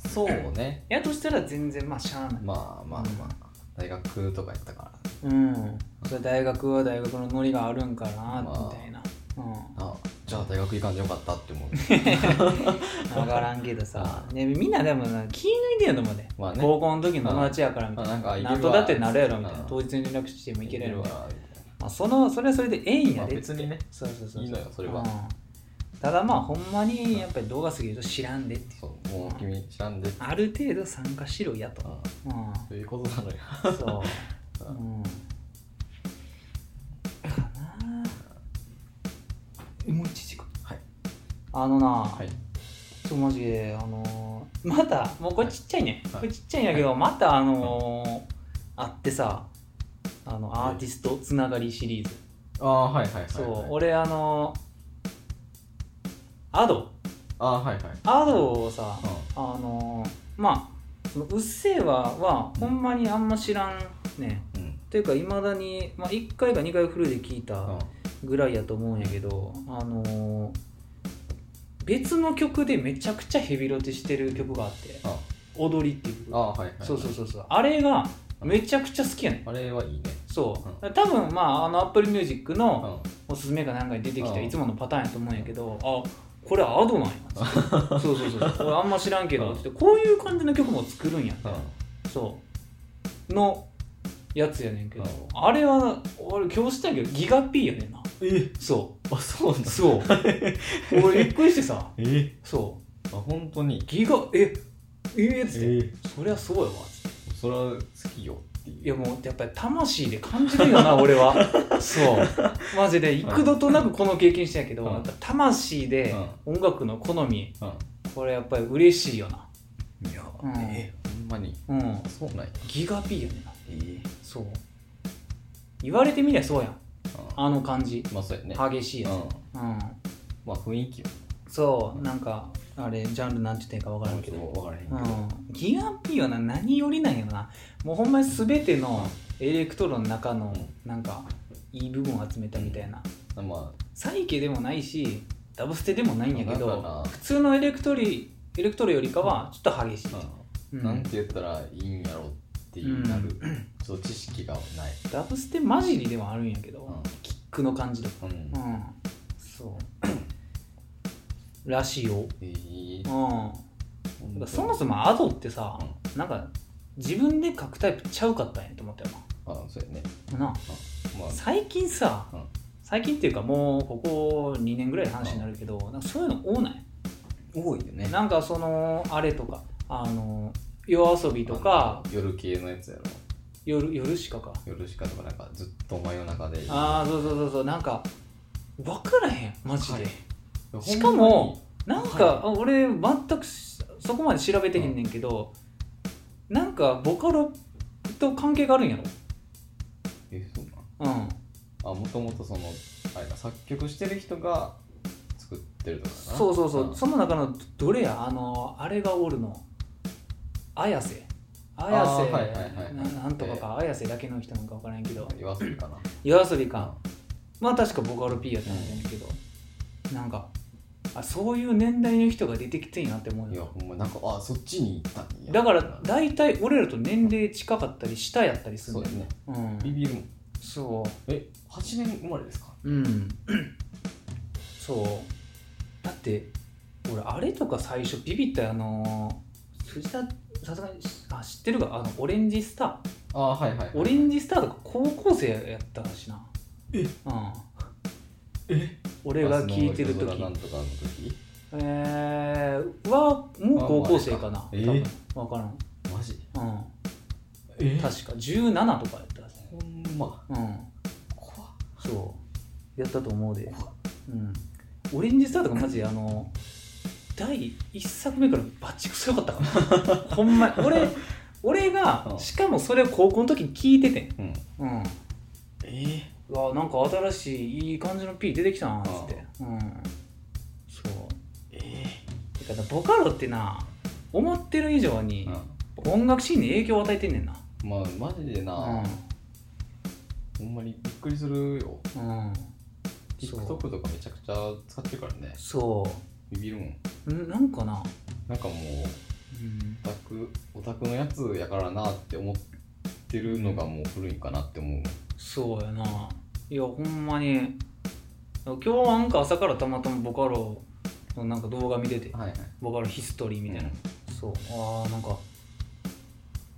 そうねやとしたら全然まあしゃあないまあまあまあ大学とかやったからうんそれ大学は大学のノリがあるんかなまあみたいな、うんあじゃあ大学行かんでよかったって 思う分からんけどさ、ね、みんなでもな気抜いてんのもねまあね高校の時の友達やからみたあいなんかな行けなるんわとだってなるやろみたいなうん当日に連絡してもいけるやろみたいな、わみたいなまあ、そのそれはそれでええんまやあで別にねそうそうそういいのよそれはうんただまあほんまにやっぱり動画過ぎると知らんでっていうそうもう君知らんである程度参加しろやと、あうということなのよん、 そううんかなあもう一時間はいあのな、はいちょマジであのーまたもうこれちっちゃいね、はこいれちっちゃいんやけど、またあのー会ってさあのアーティストつながりシリーズ、ああはいはいはいそう、はい俺あのーアドああはいはいアドをさ、うんあのーまあそのうっせぇわはほんまにあんま知らんねうんというかいまだに、まあ、1回か2回フルで聞いた、うんぐらいやと思うんやけど、あのー別の曲でめちゃくちゃヘビロテしてる曲があってあ「踊り」っていうあ曲はいはいはいそうそうそうそうあれがめちゃくちゃ好きやねんあれはいいねそう、う多分まああの Apple Music うんのおすすめかなんかに出てきたうんいつものパターンやと思うんやけどあこれアドなんやそうそうそうそう俺あんま知らんけどうんちょっとこういう感じの曲も作るんやうんそうのやつやねんけどうんあれは俺今日知ったんやけどギガ P やねんなえそうあそうなんだそう 俺びっくりしてさえそあ本当にうギガえええっつって、えそりゃそうやわっつってそれは好きよっていういやもうやっぱり魂で感じるよな 俺はそうマジで幾度となくこの経験したんやけど、うんやっぱ魂で音楽の好みうんこれやっぱり嬉しいよなうん、いや、うんえほんまにうんそうなんやギガ P やねんなえーそう言われてみりゃそうやんうんあの感じまあそうやね激しいやうつ、んうん、まあ雰囲気はそうなんかあれジャンルなんて言ってんか分からんけど分からへんけど、うん、ギガ P はな何よりなんやろなもうほんまに全てのエレクトロの中のなんかいい部分を集めたみたいなまあサイケでもないしダブステでもないんやけなんかどな普通のエレクトリエレクトロよりかはちょっと激しい、ううんんなんて言ったらいいんやろっていうなる、ちょっと知識がない、ダブステ混じりではあるんやけど、うんキックの感じとかうんうんそうらしいよえーうん、だからそもそもアドってさ、なんか自分で書くタイプちゃうかったんやと思ったよあそうやねななあまあ最近さ、うん最近っていうかもうここ2年ぐらいの話になるけど、なんかそういうの多ない多いよねなんかそのあれとかあの夜遊びとかあの夜系のやつやろ夜夜しかか夜しかとかなんかずっと真夜中でああそうそうそうそうなんか分からへんマジで、はいほんまにしかもなんか、はあ俺全くしそこまで調べてへんねんけど、なんかボカロと関係があるんやろえそうなんうんあもともとそのあれか作曲してる人が作ってるとかかなそうそうそう、んその中のどれやあのあれがおるの綾瀬綾瀬、あーはいはいはいはいななんとかか、綾瀬だけの人なんか分からんけど夜遊びかな夜遊びか、まあ確かボカロ P やったんだけど、なんかあそういう年代の人が出てきてんやって思ういやよほんまなんかあそっちに行ったんやだから大体俺らと年齢近かったり下やったりするそんうだやよねうビんビるもんそえ八8年生まれですかううん そうだって俺あれとか最初ビビったあのー藤田さすがにあ知ってるかあのオレンジスタああはいはいーオレンジスターとか高校生やったらしいなえうんえ俺が聞いてる時なんとかの時えー、はもう高校生かな、あまああれ多か分え分からん、マジうえん、確か17とかやったらしいほんまうん怖っそうやったと思うで、うん、オレンジスターとかマジであの第1作目からバチクソよかった からほんまに俺俺がうんしかもそれを高校の時に聞いててんうんうんええうわなんか新しいいい感じの P 出てきたなっつってうんそうえてかボカロってな思ってる以上えに音楽シーンに影響を与えてんねんなまあマジでなほんまにびっくりするようんうん TikTok とかめちゃくちゃ使ってるからねそビビるもんうんなんかな、なんかもううんオタクオタクのやつやからなって思ってるのがもう古いんかなって思うそうやないやほんまに今日はなんか朝からたまたまボカロのなんか動画見ててはいはいボカロヒストリーみたいな、そうあーなんか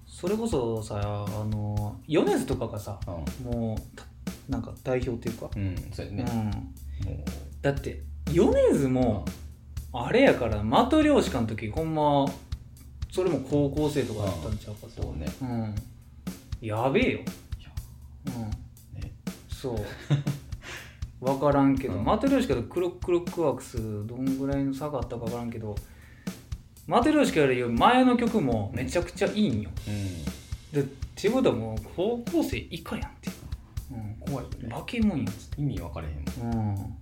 それこそさあの米津とかがさもうたなんか代表っていうか、うん、うん、そうやうね、ん、もだって米津うもあれやから的漁師かの時ほんまそれも高校生とかだったんちゃうかそうねうんやべえよいやうんねそう 分からんけど、うんマテリョーシカとクロッククロックワークスどんぐらいの差があったか分からんけどマテリョーシカより前の曲もめちゃくちゃいいんようんでっていうことはもう高校生以下やんっていう、怖いようん、ね化け物やんっつって意味分かれへんもん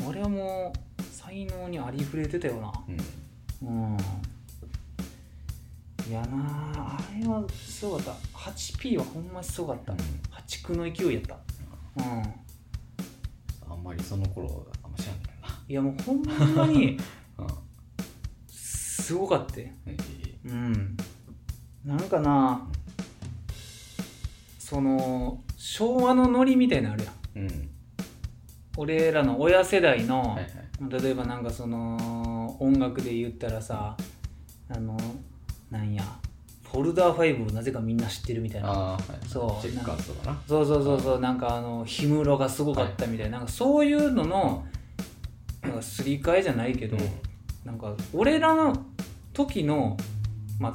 うん俺はもう才能にありふれてたよなうんうんいやなああれはすごかった 8P はほんますごかった、破竹の勢いやったうんあんまりその頃あんま知らんからないやもうほんまにうんすごかったよえうんなんかなその昭和のノリみたいなのあるやんえうん俺らの親世代の、はいはい例えばなんかその音楽で言ったらさあのなんやフォルダー5をなぜかみんな知ってるみたいなああはいそうチェッカーズとかなそうそうそうそうなんかあの氷室がすごかったみたいな,、なんかそういうののなんかすり替えじゃないけど、うんなんか俺らの時のまあ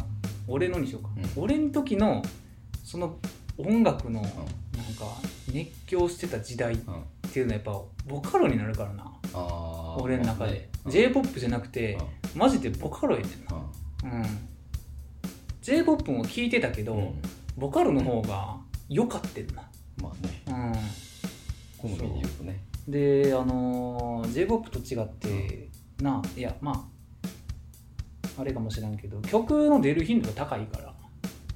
俺のにしようか、うん俺の時のその音楽のなんうんか熱狂してた時代っうんていうのはやっぱボカロになるからなあー俺の中で、うん j p o p じゃなくて、マジでボカロやねんうんうんなうん j p o p も聴いてたけど、うんボカロの方が良かってんなまあねう好みで言うとねんであのー、j p o p と違って、ないやまああれかもしれんけど曲の出る頻度が高いから、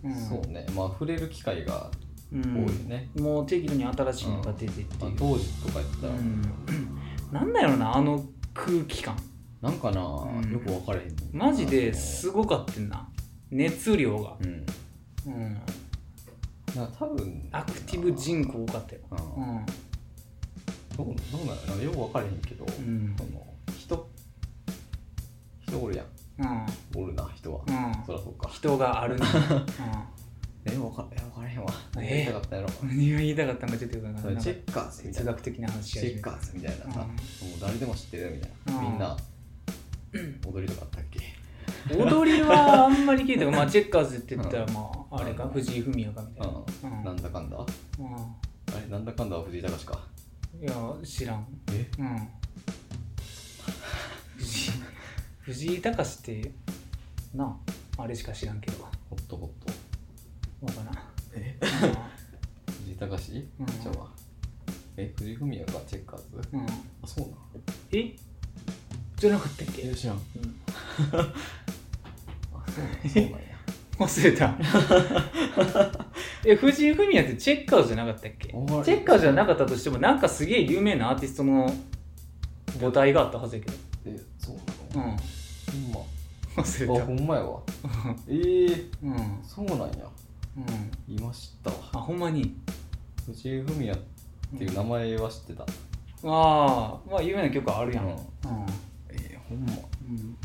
うん、そうねまあ触れる機会がう多いんよね、もう適度に新しいのが出てってまあいう、当時とかやったら、うんなんだよなあの空気感なんかな、うんよく分かれへんねんなマジですごかったんな熱量が、うんうん、なんか多分アクティブ人口多かったよ、うんうんどうどうなのよく分かれへんけど、うんその人人おるやんうんおるな人は、うん、そりゃそうか人があ るな、え分かえ分からへんわえ何が言いたかったやろ、うん、何が言いたかったんかちょっとよくわからんないチェッカーズみたい哲な学的な話チやェッカーズみたいなさ、うんもう誰でも知ってるみたいな、うんみんな踊りとかあったっけ踊りはあんまり聞いてないまあチェッカーズって言ったらまああれかうん藤井フミヤかみたいなうん、うんなんだかんだあれなんだかんだは藤井隆かうんいや知らんえ うん藤井藤井隆ってなああれしか知らんけどホットホットわからんえ藤井隆、うんじゃあえ藤井フミヤがチェッカーズうん、うん、あそうなんえじゃなかったっけ、知 らんうん あそうなんそうなんや忘れ たえ藤井フミヤってチェッカーズじゃなかったっけチあんまりェッカーズじゃなかったとしてもなんかすげえ有名なアーティストの母体があったはずやけどえそうなうの、んほん忘まあれほんまやわたえー、うんうんそうなんやいましたわあほんまに藤井フミヤっていう名前は知ってた、ああまあ有名な曲あるやんううんん、えー、ほんまうん、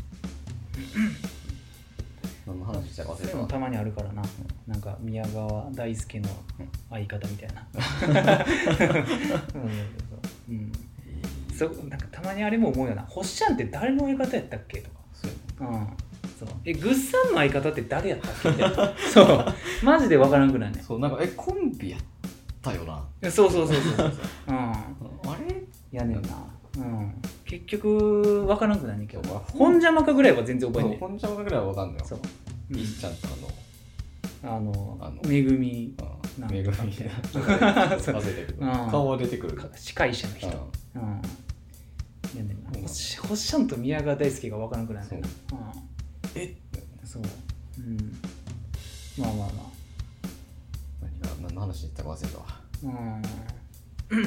何の話したか忘それれたもたまにあるからななんか宮川大輔の相方みたいな うんそうなんかたまにあれも思うよな「ほっしゃんって誰の相方やったっけ?」とかそうやうんそうえぐっさんの相方って誰やったっけみた いなそうマジでわからんくないねそうなんかえコンビやったよなそうそうそうそうそううんあれやねんな、うん、結局わからんくないねんけどそう本邪魔かぐらいは全然覚えてない本ちゃんぐらいは分かんのよそう、いっちゃんとうんあのあのめぐみ あのなんめぐみそう忘れてるうん顔は出てくるか司会者の人、うんうんやねんなうんほっしほっしゃんと宮川大輔がわからんくないねんなえうん、そう、うん、まあまあまあ何が何の話言ったか忘れたわうんうん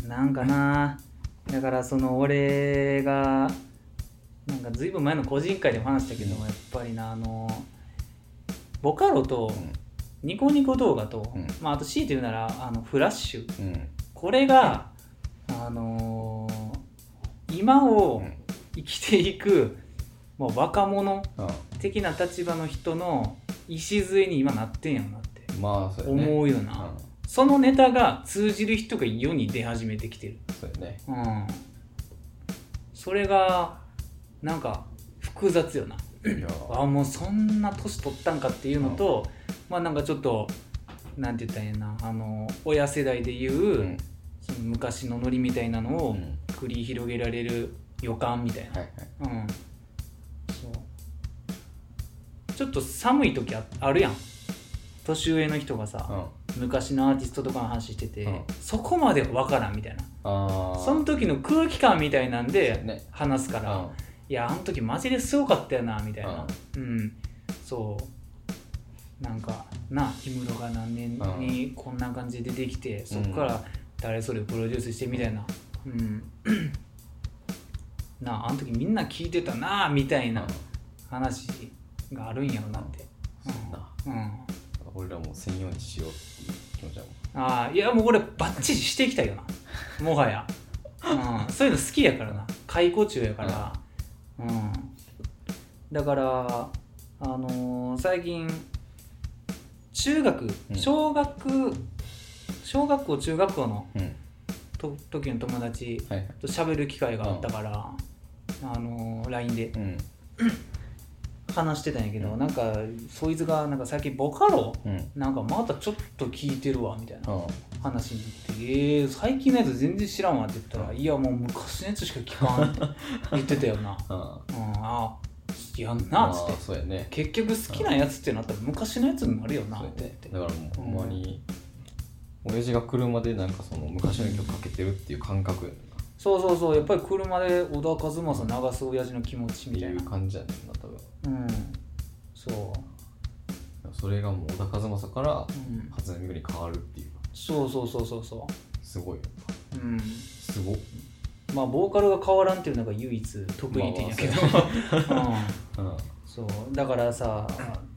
うん なんかなだからその俺がなんかずいぶん前の個人会でも話したけどうんやっぱりなあのボカロとニコニコ動画と、うんまあ、あと強いて言うならあのフラッシュうんうんこれがあのー今をうん生きていく、まあ、若者う的な立場の人の礎に今なってんやろなってんまあそうやね思うよな、そのネタが通じる人が世に出始めてきてる、うんそうやねうん、それがなんか複雑よないやあもうそんな年取ったんかっていうのと、まあなんかちょっとなんて言ったらいいなあの親世代でいう、うんその昔のノリみたいなのうをん繰り広げられる予感みたいなはいはいうんそうちょっと寒い時ああるやん年上の人がうんさ、あ昔のアーティストとかの話してて、うんそこまでは分からんみたいなあその時の空気感みたいなんそうやでね話すから、うんいやあの時マジですごかったよなみたいなうん、そうなんかなあ氷室が何年にこんな感じでできて、そこから誰それをプロデュースしてみたいなうん、 なああの時みんな聞いてたなあみたいな話があるんやろなって、うんそうやなうん俺らも専用にしようっていう気持ちだもんああいやもうこれバッチリしていきたいよなもはや、うん、そういうの好きやからな解雇中やから、うん、だからあのー最近中学うん小学、小学校中学校のうんと時の友達はいはいと喋る機会があったから、あのー LINE でうん話してたんやけど、うんなんかそいつがなんか最近ボカロうんなんかまたちょっと聞いてるわみたいなうん話になって「えー、最近のやつ全然知らんわ」って言ったら「うんいやもう昔のやつしか聞か ん」って言ってたよなう「んうんあいやんな」っつってまあそうやね「結局好きなやつってなったら昔のやつになるよな」そうっやて言っねてだからもうほんまに、親父が車でなんかその昔の曲かけてるっていう感覚やねんなそうそうそうやっぱり車で小田和正流す親父の気持ちっみてたいいうな感じやねんな多分うんそそれがもう小田和正からう、うん、初音ミクに変わるっていうそうそうそうそうそすごいよなううんすごっまあボーカルが変わらんっていうのが唯一得意点やけど、 うんうんそうだからさ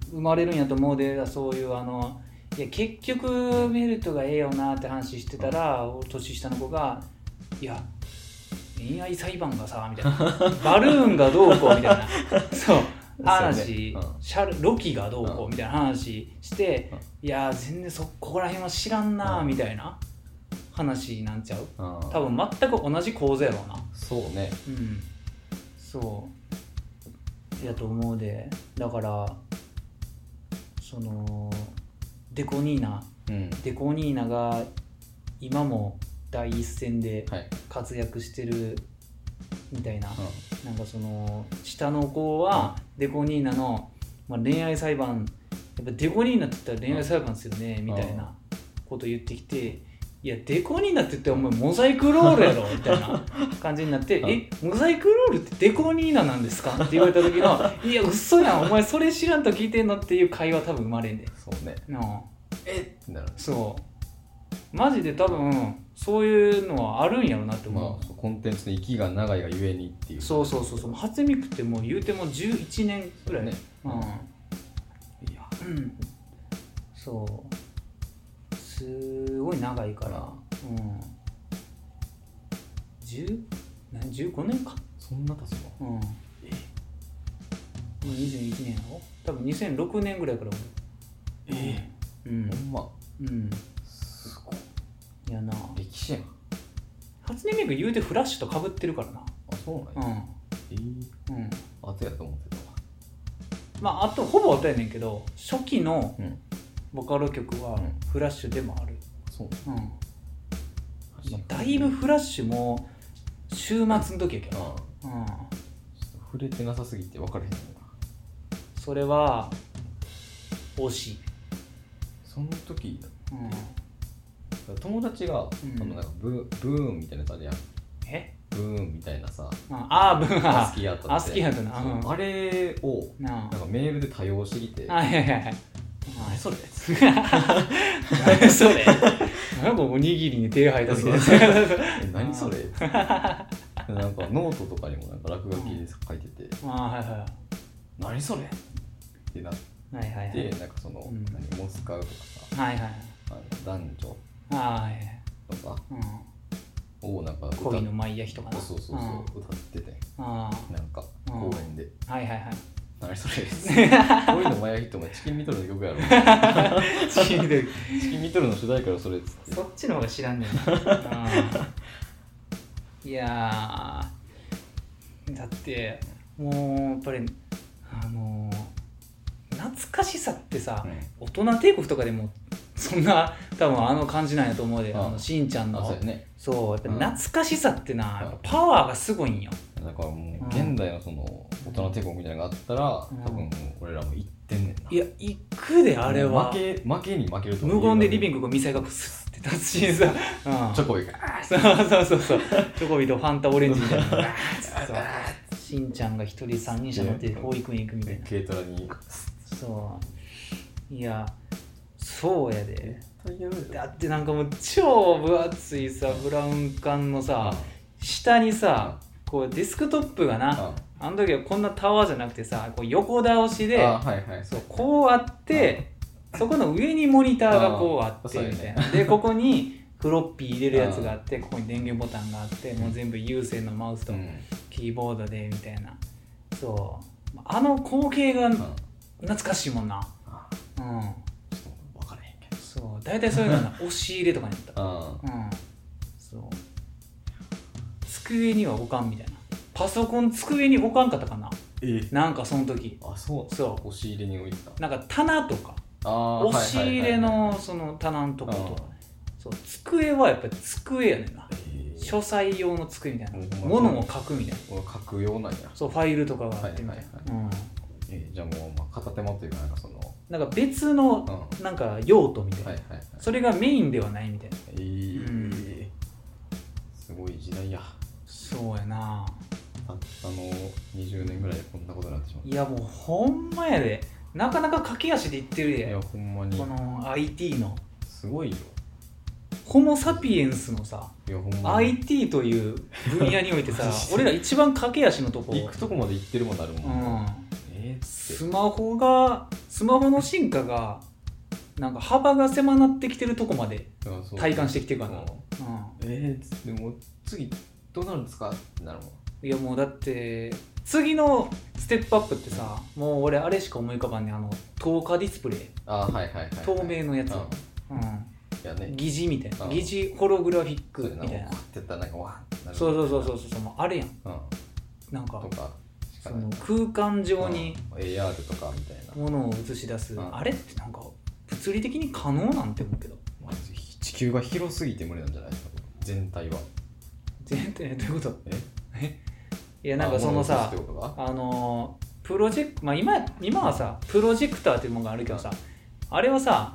生まれるんやと思うでそういうあのいや結局メルトがええよなって話してたら、年下の子が「いや恋愛裁判がさ」みたいな 「バルーンがどうこう」みたいなそう話そうやねうんシャルロキがどうこううんみたいな話してうん「いや全然そこら辺は知らんな」うんみたいな話なんちゃううん多分全く同じ構図やろうなそうねうんそうやと思うでだからそのデコニーナうんデコニーナが今も第一線ではい活躍してるみたいな、なんかその下の子はデコニーナの、まあ、恋愛裁判やっぱデコニーナって言ったら恋愛裁判するねみたいなこと言ってきていやデコニーナって言ったらお前モザイクロールや ろみたいな感じになって「うんえモザイクロールってデコニーナなんですか?」って言われた時の「いや嘘やんお前それ知らんと聞いてんの」っていう会話多分生まれんで。そうねなあえっなるそうマジで多分そういうのはあるんやろなって思う、まあそうコンテンツの息が長いがゆえにっていうそうそうそうそう初音ミクってもう言うても11年くらいねうんうんいやうんそうすごい長いからうん10何15年かそんな経つのうん21年やろ多分2006年ぐらいからえうえんほんまうんすごいいやな歴史やん初音ミク言うてフラッシュとかぶってるからなあそうなんやうええんうんあとやと思ってたわまああとほぼ後やねんけど初期のうんボカロ曲はうんフラッシュでもある、そううんまあなんだいぶフラッシュも週末の時やけうんちど、ょうん、っと触れてなさすぎて分からへんなそれは惜しい、その時うん、友達が、うんあのなんかブブーンみたいなやつあるやんえブーンみたいなさああーブーアアスキーアートってアスキーアートなそううんあれをななんかメールで多用してきてああいやいやいや何それ何それ なんかおにぎりに手入ったみたいなえ 何それってなんかノートとかにもなんか落書きで書いてて、ああはいは何それってなって、いはいはいはいなんかその、うん何モスカウとかはいはいさあの男女ああはいはいとかうんをなんか恋の舞い焼きとかなそうそうそう、歌っててあなんかうん公園で、あはいはいはい 何それ恋の前ヒットもチキンミトルの曲やろチキンミトルの主題歌よそれっつってそっちの方が知らんねんな うんいやーだってもうやっぱりあのー懐かしさってさ、大人帝国とかでもそんな多分あの感じなんやと思うで、うんあのしんちゃんうん、あのそうそう,、やねやっぱ懐かしさってな、うんやっぱパワーがすごいんよだからもうんう現代のその大人帝国みたいなのがあったら、うん多分もう俺らも行ってんねんないや行くであれもうは負け負けに負けると無言でリビンングがミサイがプスって立つしさ、うんグチョコビがそうそうそうそうチョコビとファンタオレンジみたいなのがわーっつってさしんちゃんが一人三人者乗って保育園行くみたいな軽トラにそういやそうやで大変だだってなんかもう超分厚いさブラウン管のさ下にさこうディスクトップがなああの時はこんなタワーじゃなくてさこう横倒しであはいはいそうこうあってそこの上にモニターがこうああっーてそうやねみたいな でここにフロッピー入れるやつがあってここに電源ボタンがあってもう全部有線のマウスとうんキーボードでみたいなそうあの光景がうん懐かしいもんなあうんちょっと分からへんけどそう大体そういうの はな押し入れとかにあっあたうんそう机には置かんみたいなパソコン机に置かんかったかなーええなんかその時あそうそ押し入れに置いてたうなんか棚とかあー押し入れはいはいはいのその棚のとことかねそう机はやっぱり机やねんなえー書斎用の机みたいなうん物を書くみたいなこれ書くようなんやそうファイルとかがあってみたいはいなうんえーじゃあもう、まあ、片手間というかなんかそのなんか別うのんはなんか用途みたいいな、はいはいそれがメインではないみたいなえーうんすごい時代やそうやなたったの20年ぐらいでこんなことになってしまっいやもうほんまやでなかなか駆け足でいってるたいでやほんまにこの IT のすごいよホモ・サピエンスのさ、いやほんまに IT という分野において さ俺ら一番駆け足のとこ行くとこまで行ってるもんなるうもん、んえーっスてマホがスマホの進化がなんか幅が狭なってきてるとこまでうんそう体感してきてるからな、うんうえー、つってもう次どうなるんですかってなるもんん、いやもうだって次のステップアップってさもう俺あれしか思い浮かばんねんあの透過ディスプレイあーはいはいはい、はい、透明のやつうん、いうんやね疑似みたいなうん疑似ホログラフィックそうやなみたいなこうやってやったらなんかわーってなるそうそうそうそうそうもうあれやんうなんかんとかしそかなのい空間上にうん AR とかみたいなものを映し出すうんあれってなんか物理的に可能なんて思うけどマジ地球が広すぎて無理なんじゃない全体は全体どういうことえいやなんかそのさあ物を映すってことかあのープロジェクまあ今今はさプロジェクターっていうものがあるけどさあれはさ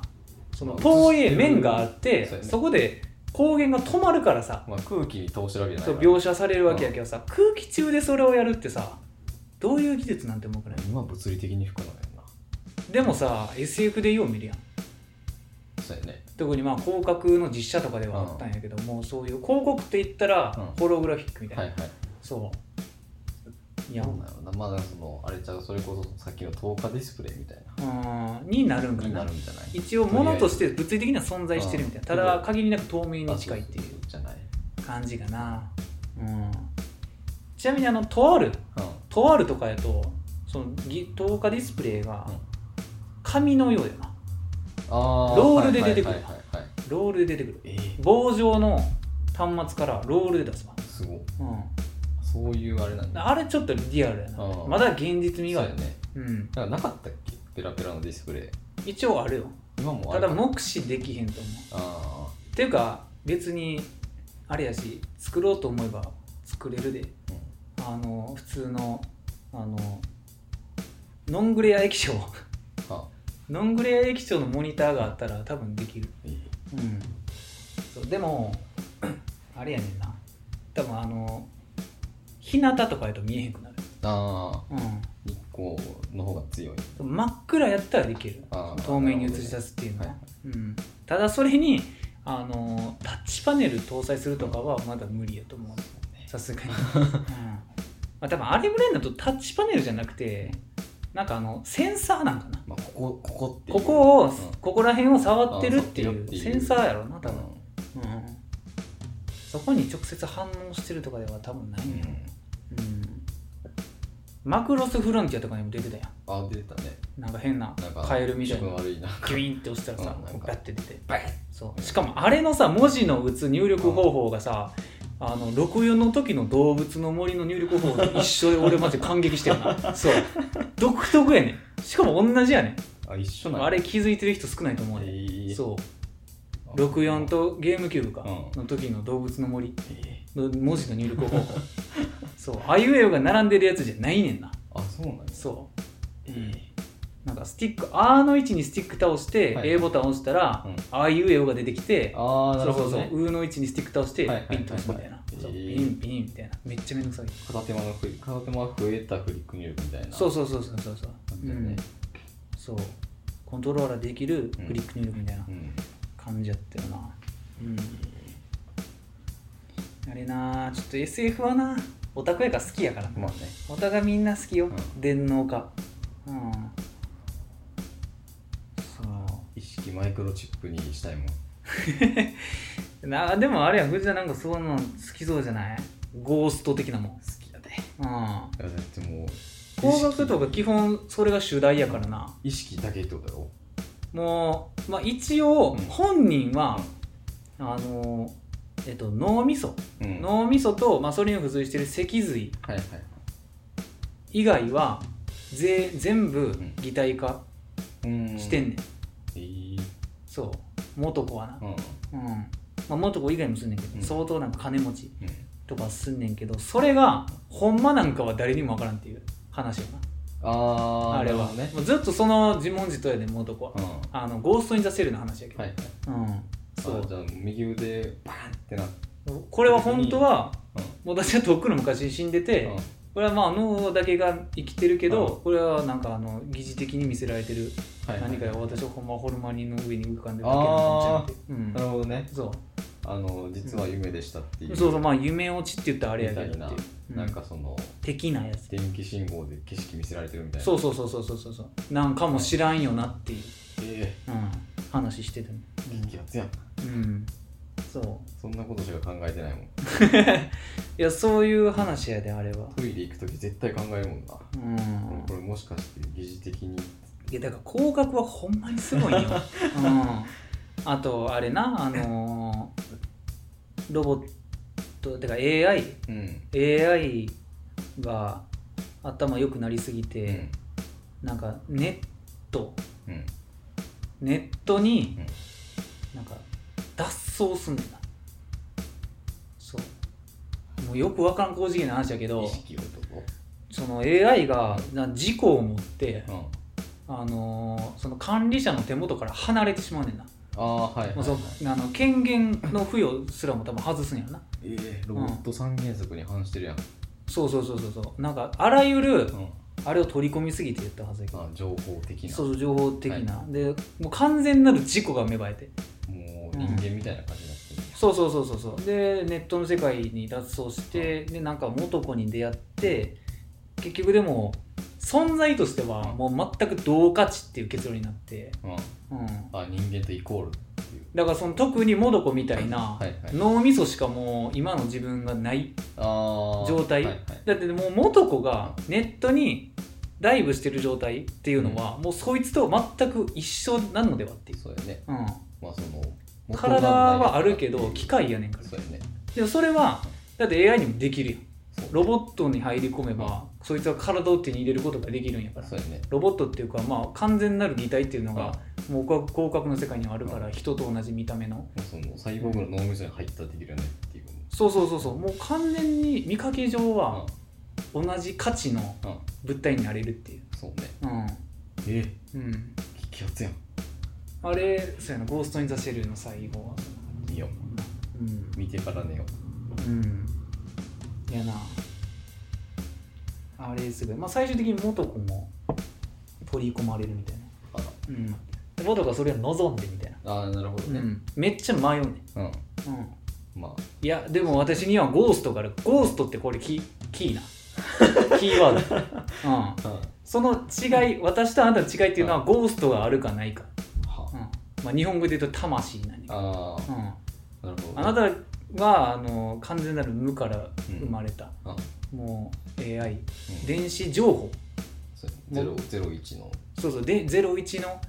そのまあ遠い面があってそうやねそこで光源が止まるからさまあ、空気に通してるわけじゃそないうから描写されるわけやけどさ空気中でそれをやるってさどういう技術なんて思うくない今物理的に不可能やんなでもさ SF でよう見るやんそうやね特にまあ広角の実写とかではあったんやけどもうそういう広告って言ったらうんホログラフィックみたいな、はいはいそういやどうなんやろなまあそのあれちゃうそれこそさっきの透過ディスプレイみたいなうんになるんかにななるんじゃない一応物として物理的には存在してるみたいなたうんだ限りなく透明に近いっていあそうそうそうじゃないう感じかな、うん、ちなみにあのとあるうとあるとかやとそのぎ透過ディスプレイがうん紙のようやなあロールで出てくるはいはいはいはいロールで出てくるええ棒状の端末からロールで出すわ、すごいうん、そういうあれなんだあれちょっとリアルやなうんまだ現実味がそあうるや、ねうん、なんかなかったっけペラペラのディスプレイ一応あるよ今もあただる目視できへんと思うあっていうか別にあれやし作ろうと思えば作れるであ、うんあの普通のあのノングレア液晶 あノングレア液晶のモニターがあったら多分できるいいうんそうでも あれやねんな多分あの日向とかやと見えへんくなる、ああうん日光の方が強いそう、真っ暗やったらできるあー透明に映し出すっていうのは、なるうん、ただそれにあのタッチパネル搭載するとかはまだ無理やと思うさす がに、うんまあ、多分あれぐらいだとタッチパネルじゃなくてなんかあのセンサーなんかなまあ、ここここっていうここを、うんここら辺を触ってるっていあ触っうてるっていうセンサーやろな多うん分、うん、そこに直接反応してるとかでは多分ないんやろ、うん、マクロスフロンティアとかにも出てたやあ出てたねんなんか変ななんかカエルみたい気な分悪いなギュインって押したらさ、うんなんかガッて出てバイッそうしかもあれのさ文字の打つ入力方法がさ、あの64の時の動物の森の入力方法と一緒で俺マジ感激してる なそう独特やねんしかも同じやねんあ一緒なんやあれ気づいてる人少ないと思うえね、ーそうあ64とゲームキューブかうんの時の動物の森えの文字の入力方法 そうあいうえおが並んでるやつじゃないねんなーあそうなんやそうえーなんかスティックあーの位置にスティック倒して、はい A ボタン押したら、うんあいうえおが出てきてああなそるうそほうそどうね、ウーの位置にスティック倒して、はいはいはいはいピンと押すみたいな。そうえピーンピンみたいな。めっちゃめんどくさい。片手間のフリ片手間が増えたフリック入力みたいなそうそうそうそうそうそう、感うじだよねん。そう。コントローラーできるクリック入力みたいなうん、感じやったよな。うん。あれなちょっと SF はなオタクやから好きやからな。まあねオタがみんな好きよ。うん電脳化。うん。そう。意識マイクロチップにしたいもんなでもあれや藤田なんかそういうの好きそうじゃないゴースト的なもん好きやでうんいやだってもう工学とか基本それが主題やからな意識だけってことだろもう、まあ、一応うん本人は、あのえっと脳みそ、うん脳みそと、まあ、それに付随してる脊髄はいはい以外はぜ全部擬態化うんしてんねん、えーそう元子はなうんうん、まあ、元子以外もすんねんけど、うん相当なんか金持ちうんとかすんねんけどそれがほんまなんかは誰にもわからんっていう話よあなーあれなるは、ほどねもうずっとその自問自答やねん元子は、うんあのゴースト・イン・ザ・セルの話やけど、はいうんそそううじゃあ右腕バーンってなってこれは本当はうんもう私はとっくの昔に死んでて、うんこれはまあ脳だけが生きてるけど、うんこれはなんかあの疑似的に見せられてるはいはい何かが私はほんまホルマリンの上に浮かんでるだけなのかもしれな、ないるほどねうん、そうあの実は夢でしたっていうそうそうまあ夢落ちって言ったらあれやけどっていうみたいなうなんかその的なやつ電気信号で景色見せられてるみたいなそうそうそうそうそうそうそうなんかも知らんよなっていう、えうん、話してたねえ激アツやんうん、うん、そうそんなことしか考えてないもんいやそういう話やであれはトイレ行く時絶対考えるもんな、うんこれもしかして疑似的にいやだから広角はほんまにすごい よ、うん、あとあれなあのーロボットてか AIAI うん、が頭良くなりすぎうてん、なんかネットうんネットにうんなんか脱走すんねんなそうもうよくわからん高次元の話やけ意ど識をどこその AI がな事故を持ってうんあのーその管理者の手元から離れてしまうねんなああはいはい、もうはいそうあの権限の付与すらも多分外すんやろなええロボット三原則に反してるやん、うそうそうそうそうそうなんかあらゆるん、あれを取り込みすぎて言ったはずやけどあ情報的なそうそう情報的な、でもう完全なる事故が芽生えてもう人間みたいな感じになってる、そうそうそうそうそうでネットの世界に脱走して、でなんか元子に出会って結局でも存在としてはもう全く同価値っていう結論になって、うんうん、あ人間とイコールっていうだからその特に元子みたいなはいはい脳みそしかもう今の自分がないああ状態はいはい、だってもう元子がネットにダイブしてる状態っていうのは、もうそいつと全く一緒なのではっていう、そうやねうん、まあその体はあるけど機械やねんからそうやねでもそれはだって AI にもできるやんそうロボットに入り込めば、そいつは体を手に入れることができるんやからそうやねロボットっていうか、まあ、完全なる擬態っていうのが、もう広角の世界にはあるから、うん人と同じ見た目のもうそのサイボーグの脳みそに入ったらできるよねっていうのそうそうそうそうもう完全に見かけ上は同じ価値のうんうん物体になれるっていうそうねうんえうん激アツやんあれそうやな「ゴースト・イン・ザ・シェル」の最後はいいようん見てから寝ようんいやなあれすごいまあ最終的に元子も取り込まれるみたいなあうんで元子はそれを望んでみたいな、あーなるほどうねん、めっちゃ迷うねうん、ん、うん、まいやでも私にはゴーストがあるゴーストってこれキーキ ーなキーワード、うん、あ、うん、はその違い私とあなたの違いっていうのはゴーストがあるかないか、うんまあ、日本語で言うと魂なんやけどあうん、あなるほど、ね、あなたはあの完全なる無から生まれた、あ、もう AI うん、電子情報そうゼロゼロ一の、そうそうで01の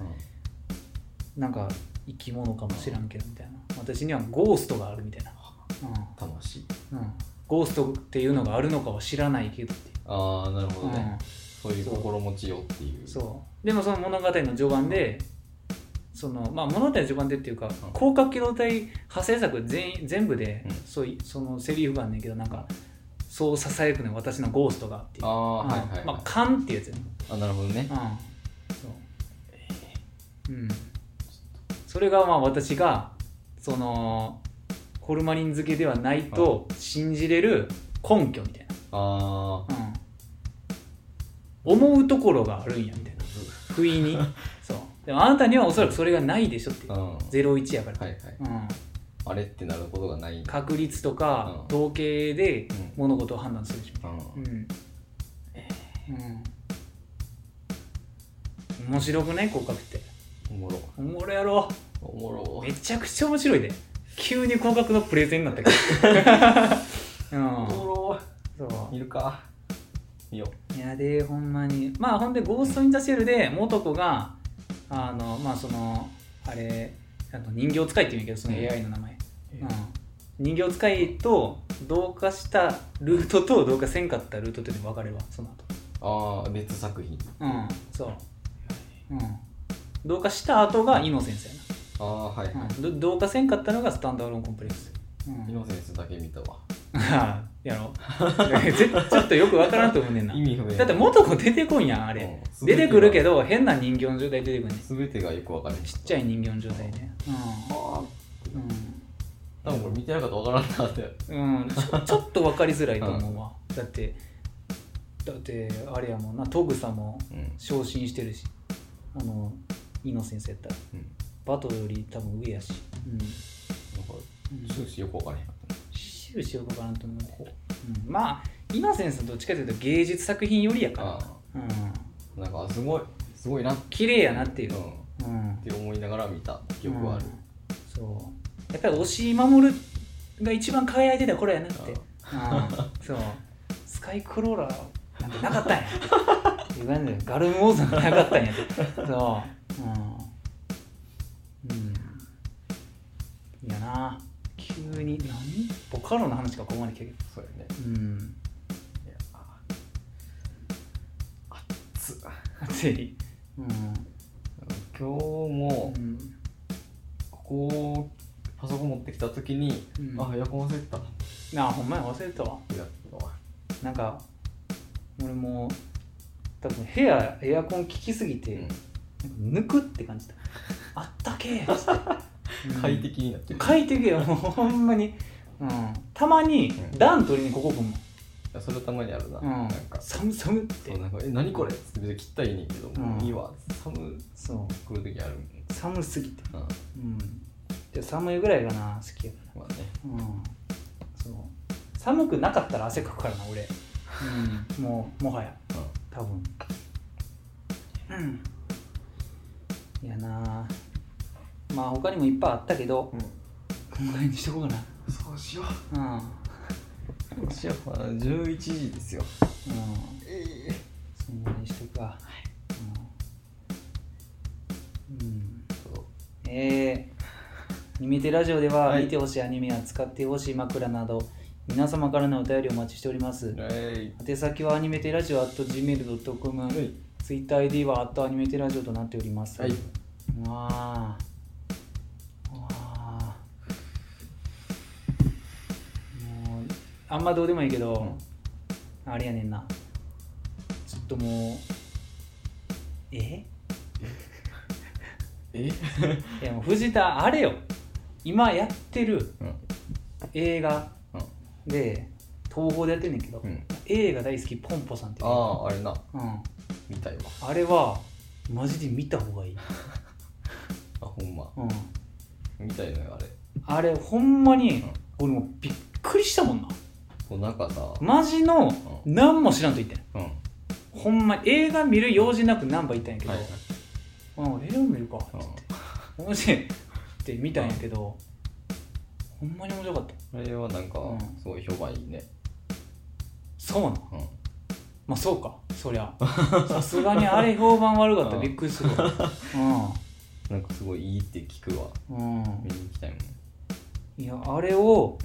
うん、なんか生き物かもしらんけどみたいな私にはゴーストがあるみたいな、魂うんうん、ゴーストっていうのがあるのかは知らないけどっていうああなるほどね、う、そういう心持ちよっていうんそうでもその物語の序盤でそのまあ物語の序盤でっていうか広角機動隊派生作全員全部で、うんそういそのセリフがあんねんけどなんかそうささやくね私のゴーストがっていうああはいはい、はういんまあ勘っていうやつやねあなるほどねうんそううんそれがまあ私がそのホルマリン漬けではないと信じれる根拠みたいあな、うん、思うところがあるんやみたいな不意に そうでもあなたにはおそらくそれがないでしょっていあううんはい01やから、はいうん、あれってなることがないんだ確率とかう統計でうん物事を判断するでしょうんうん、うん、面白くない広角っておもろおもろやろおもろめちゃくちゃ面白いで急に広角のプレゼンになったけ どうんろそ見るか見よういやでほんまにまあほんで「ゴースト・イン・ザ・シェル」で元子があのまあそのあれあの人形使いって言うんやけどそのうん AI の名前、ううん人形使いと同化したルートと同化せんかったルートっていうのに分かれるわその後ああ別作品うんそう、うん、同化した後がイノセンスやああはいな、うん、ど同化せんかったのがスタンダーローンコンプレックス、うイん、ノセンスだけ見たわ やろ ぜちょっとよくわからんと思うねんな意味不明だって元子出てこいやんああれ出てくるけど変な人形の状態で出てくるね全てがよくわかるちっちゃい人形の状態ねあうん、あ多分これ見てなかったらわからんなってうんうん、ちょ ちょっと分かりづらいと思うわ、だってだってあれやもんな戸草もうん昇進してるしあのイノセンスやったらうんバトより多分上やしうんなんか終始よくわからへんかったシルしようかなと思うんだけど、うん、まあイノセンスはどっちかというと芸術作品よりやからあうんあなんかすごいすごいなっ綺麗やなってていいう、う、うん、っうん、て思いながら見た記憶はある、うんそうやっぱり押井守が一番輝いてた頃やなってうんそうスカイクローラーなんてなかったんや言わんねん ガルム王座がなかったんやってそううんうんいやな急に何ボカロの話がここまで来たけどそうやね うんいやあ熱っ熱いうん今日もうんここをパソコン持ってきた時に、うんあエアコン忘れてたっなあほんまや忘れてたわてやったわなんか俺も多分部屋エアコン効きすぎて、なんか抜くって感じだあったけーっつ って、うん快適になってる、快適やもうほんまに、うん、たまにうん暖取りにここ来んもん、いやそれはたまにあるな、うん、なんか寒寒ってそうなんかえ何これっつって別に切ったらいいねんけど、んもういいわ寒そくる時あるもん、う寒すぎて、うん、うん、で寒いぐらいがな好きやかまあねら、うん、そう寒くなかったら汗かくからな俺、うん、もうもはやう多分うんいやなあまあ他にもいっぱいあったけどん、このぐらいにしとこうかそうしようなうんそうしようまだ11時ですようんえそんぐらいにしとくかうん、うん、えー、アニメテラジオでははい見てほしいアニメや使ってほしい枕など皆様からのお便りをお待ちしておりますえ宛先はアニメテラジオ at gmail.com いはいツイッター ID は at アニメテラジオとなっておりますはいわあわあもうあんまどうでもいいけど、あれやねんなちょっともうええいやもう藤田あれよ今やってるうん映画うんで東宝でやってんねんけど、うん映画大好きポンポさんっていあうあ,、ああれなうん、見たいわあれはマジで見た方がいい、あほんまうん、見たいのよあれあれほんまにん俺もうびっくりしたもんなそうなんかさマジの何も知らんと言ってんうんはいほんま映画見る用事なく何番行ったんやけど、はいうん映画見るかうん面白いって見たんやけど、ほんまに面白かったあれはなんかうんすごい評判いいねそうなんうんまあそうかそり ゃさすがにあれ評判悪かったうんびっくりするわなんかすごいいいって聞くわうん、うん見、に行きたいもんいやあれを、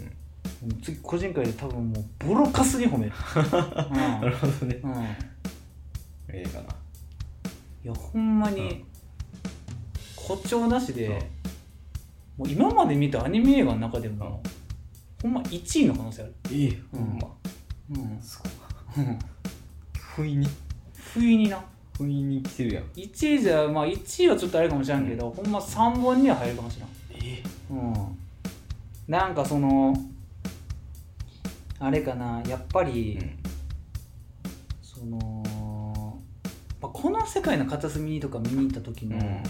次個人会で多分もうボロカスに褒める、 なるほどねうんうん、いええかなやほんまに、うん誇張なしで、もう今まで見たアニメ映画の中でも、ほんま1位の可能性ある。ええうほんんますごいうん、不意に不意にな。不意に来てるやん1位じゃ、まあ1位はちょっとあれかもしれんけど、ほんま3本には入るかもしれん。えうん。なんかその、あれかな、やっぱり、うんその、まあ、この世界の片隅にとか見に行った時の、うん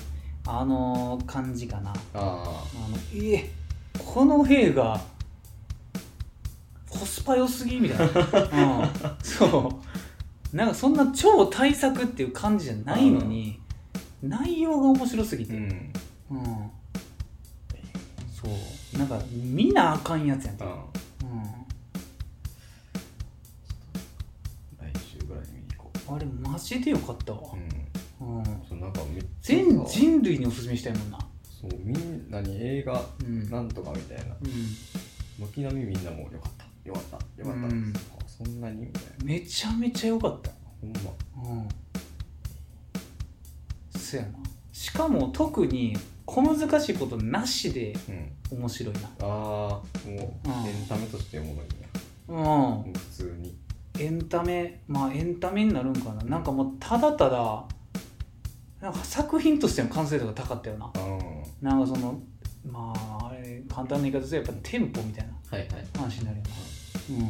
あの感じかな。ああのえこの映画コスパ良すぎみた いな、うん、そうなんかそんな超大作っていう感じじゃないのに内容が面白すぎあうて、うんんそうなんか見なあかんやつやん、うん、あ来週ぐらいに見に行こあれマジでよかったわうう、んうん、そうなんかめっちゃさ全人類におすすめしたいもんなそうみんなに映画うんなんとかみたいなうん、軒並みみんなもうよかったよかったよかった、うんあそんなにみたいなめちゃめちゃ良かったほほんうまんそやなしかも特に小難しいことなしでうん面白いなああもう、うんエンタメとしておもろいねうんもう普通にエンタメまあエンタメになるんかななんかもうただただなんか作品としての完成度が高かったよなああはなんかそのまああれ簡単な言い方するとやっぱテンポみたいなはいはい話になるよなうん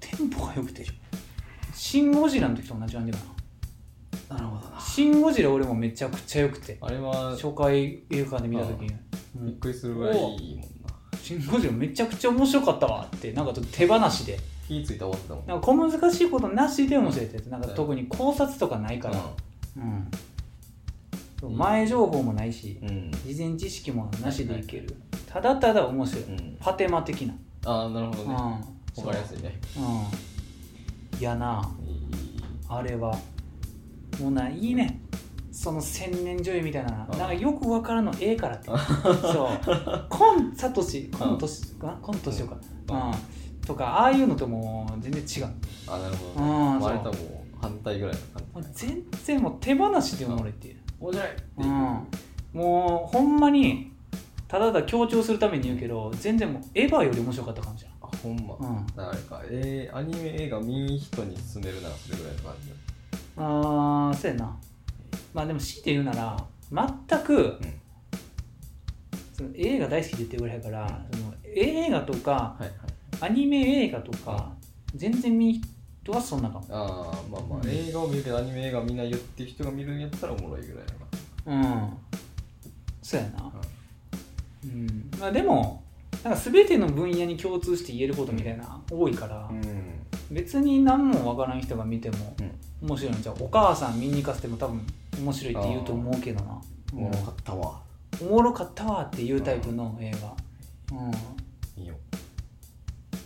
テンポが良くてシン・ゴジラの時と同じ感じかなるほどなシン・ゴジラ俺もめちゃくちゃ良くてあれは初回映画館で見た時にもびっうくりするぐらいいいもんなシン・ゴジラめちゃくちゃ面白かったわってなんかちょっと手放しで火ついたら終わってたもんなんか小難しいことなしで面白いってやつなんかうん特に考察とかないから、うん前情報もないしうんうん事前知識もなしでいける、ただただ面白い、うんパテマ的な、ああなるほどうんねわそうかりやすいねうんいやないいいいあれはもうないいねその千年女優みたいな、うんなんかよくわからんのええからってそうコンサトシコントシ、あコントシとか、うんうんとかああいうのともう全然違うあなるほどうんね割れそたうもう反対ぐらいのも感うじ全然もう手放しでおもろいっていう、面白いってう、いうんもうほんまにただただ強調するために言うけど全然もうエヴァより面白かった感じあほんまゃん、うん、だからあれかえーアニメ映画見ん人に勧めるならそれぐらいの感じだあーそうやなまあでも強いて言うなら全くうんその映画大好きって言ってるぐらいやから、その映画とかはいはいアニメ映画とか全然見ん人はそんなかもああまあまあうん映画を見るけどアニメ映画見ないよっていう人が見るんやったらおもろいぐらいの感じうんそうやなうんまあでもなんか全ての分野に共通して言えることみたいな、多いから、ん別に何もわからん人が見てもうん面白いんじゃうお母さん見に行かせても多分面白いって言うと思うけどなおうんもろかったわおもろかったわっていうタイプの映画うんいいよ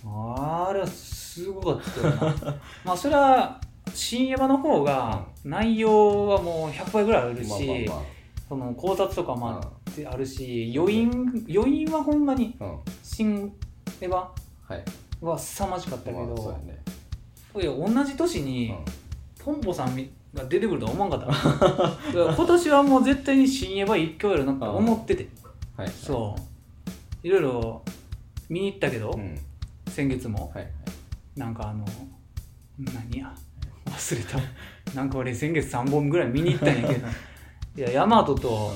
あれはすごかったよ なまあそれは新エヴァの方が内容はもう100倍ぐらいあるし、まあその考察とかもあってあるし余韻余韻はほんまにまあまあうん新エヴァはいは凄まじかったけど、まあそうやねいや同じ年に、うポンポさんみが出てくるとは思わんかっただから今年はもう絶対に新エヴァ一強やろなって思っててんはいそういろいろ見に行ったけど、うん先月もはいはいなんかあの何や忘れた なんか俺先月3本ぐらい見に行ったんやけどいやヤマトと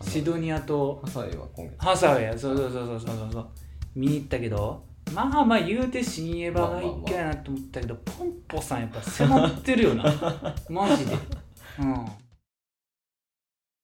あのシドニアとハサウェイは今月ハサウェイそうそうそうそうそうそう見に行ったけどまあまあ言うて新エヴァが一回やなと思ったけど、ポンポさんやっぱ迫ってるよなマジでうん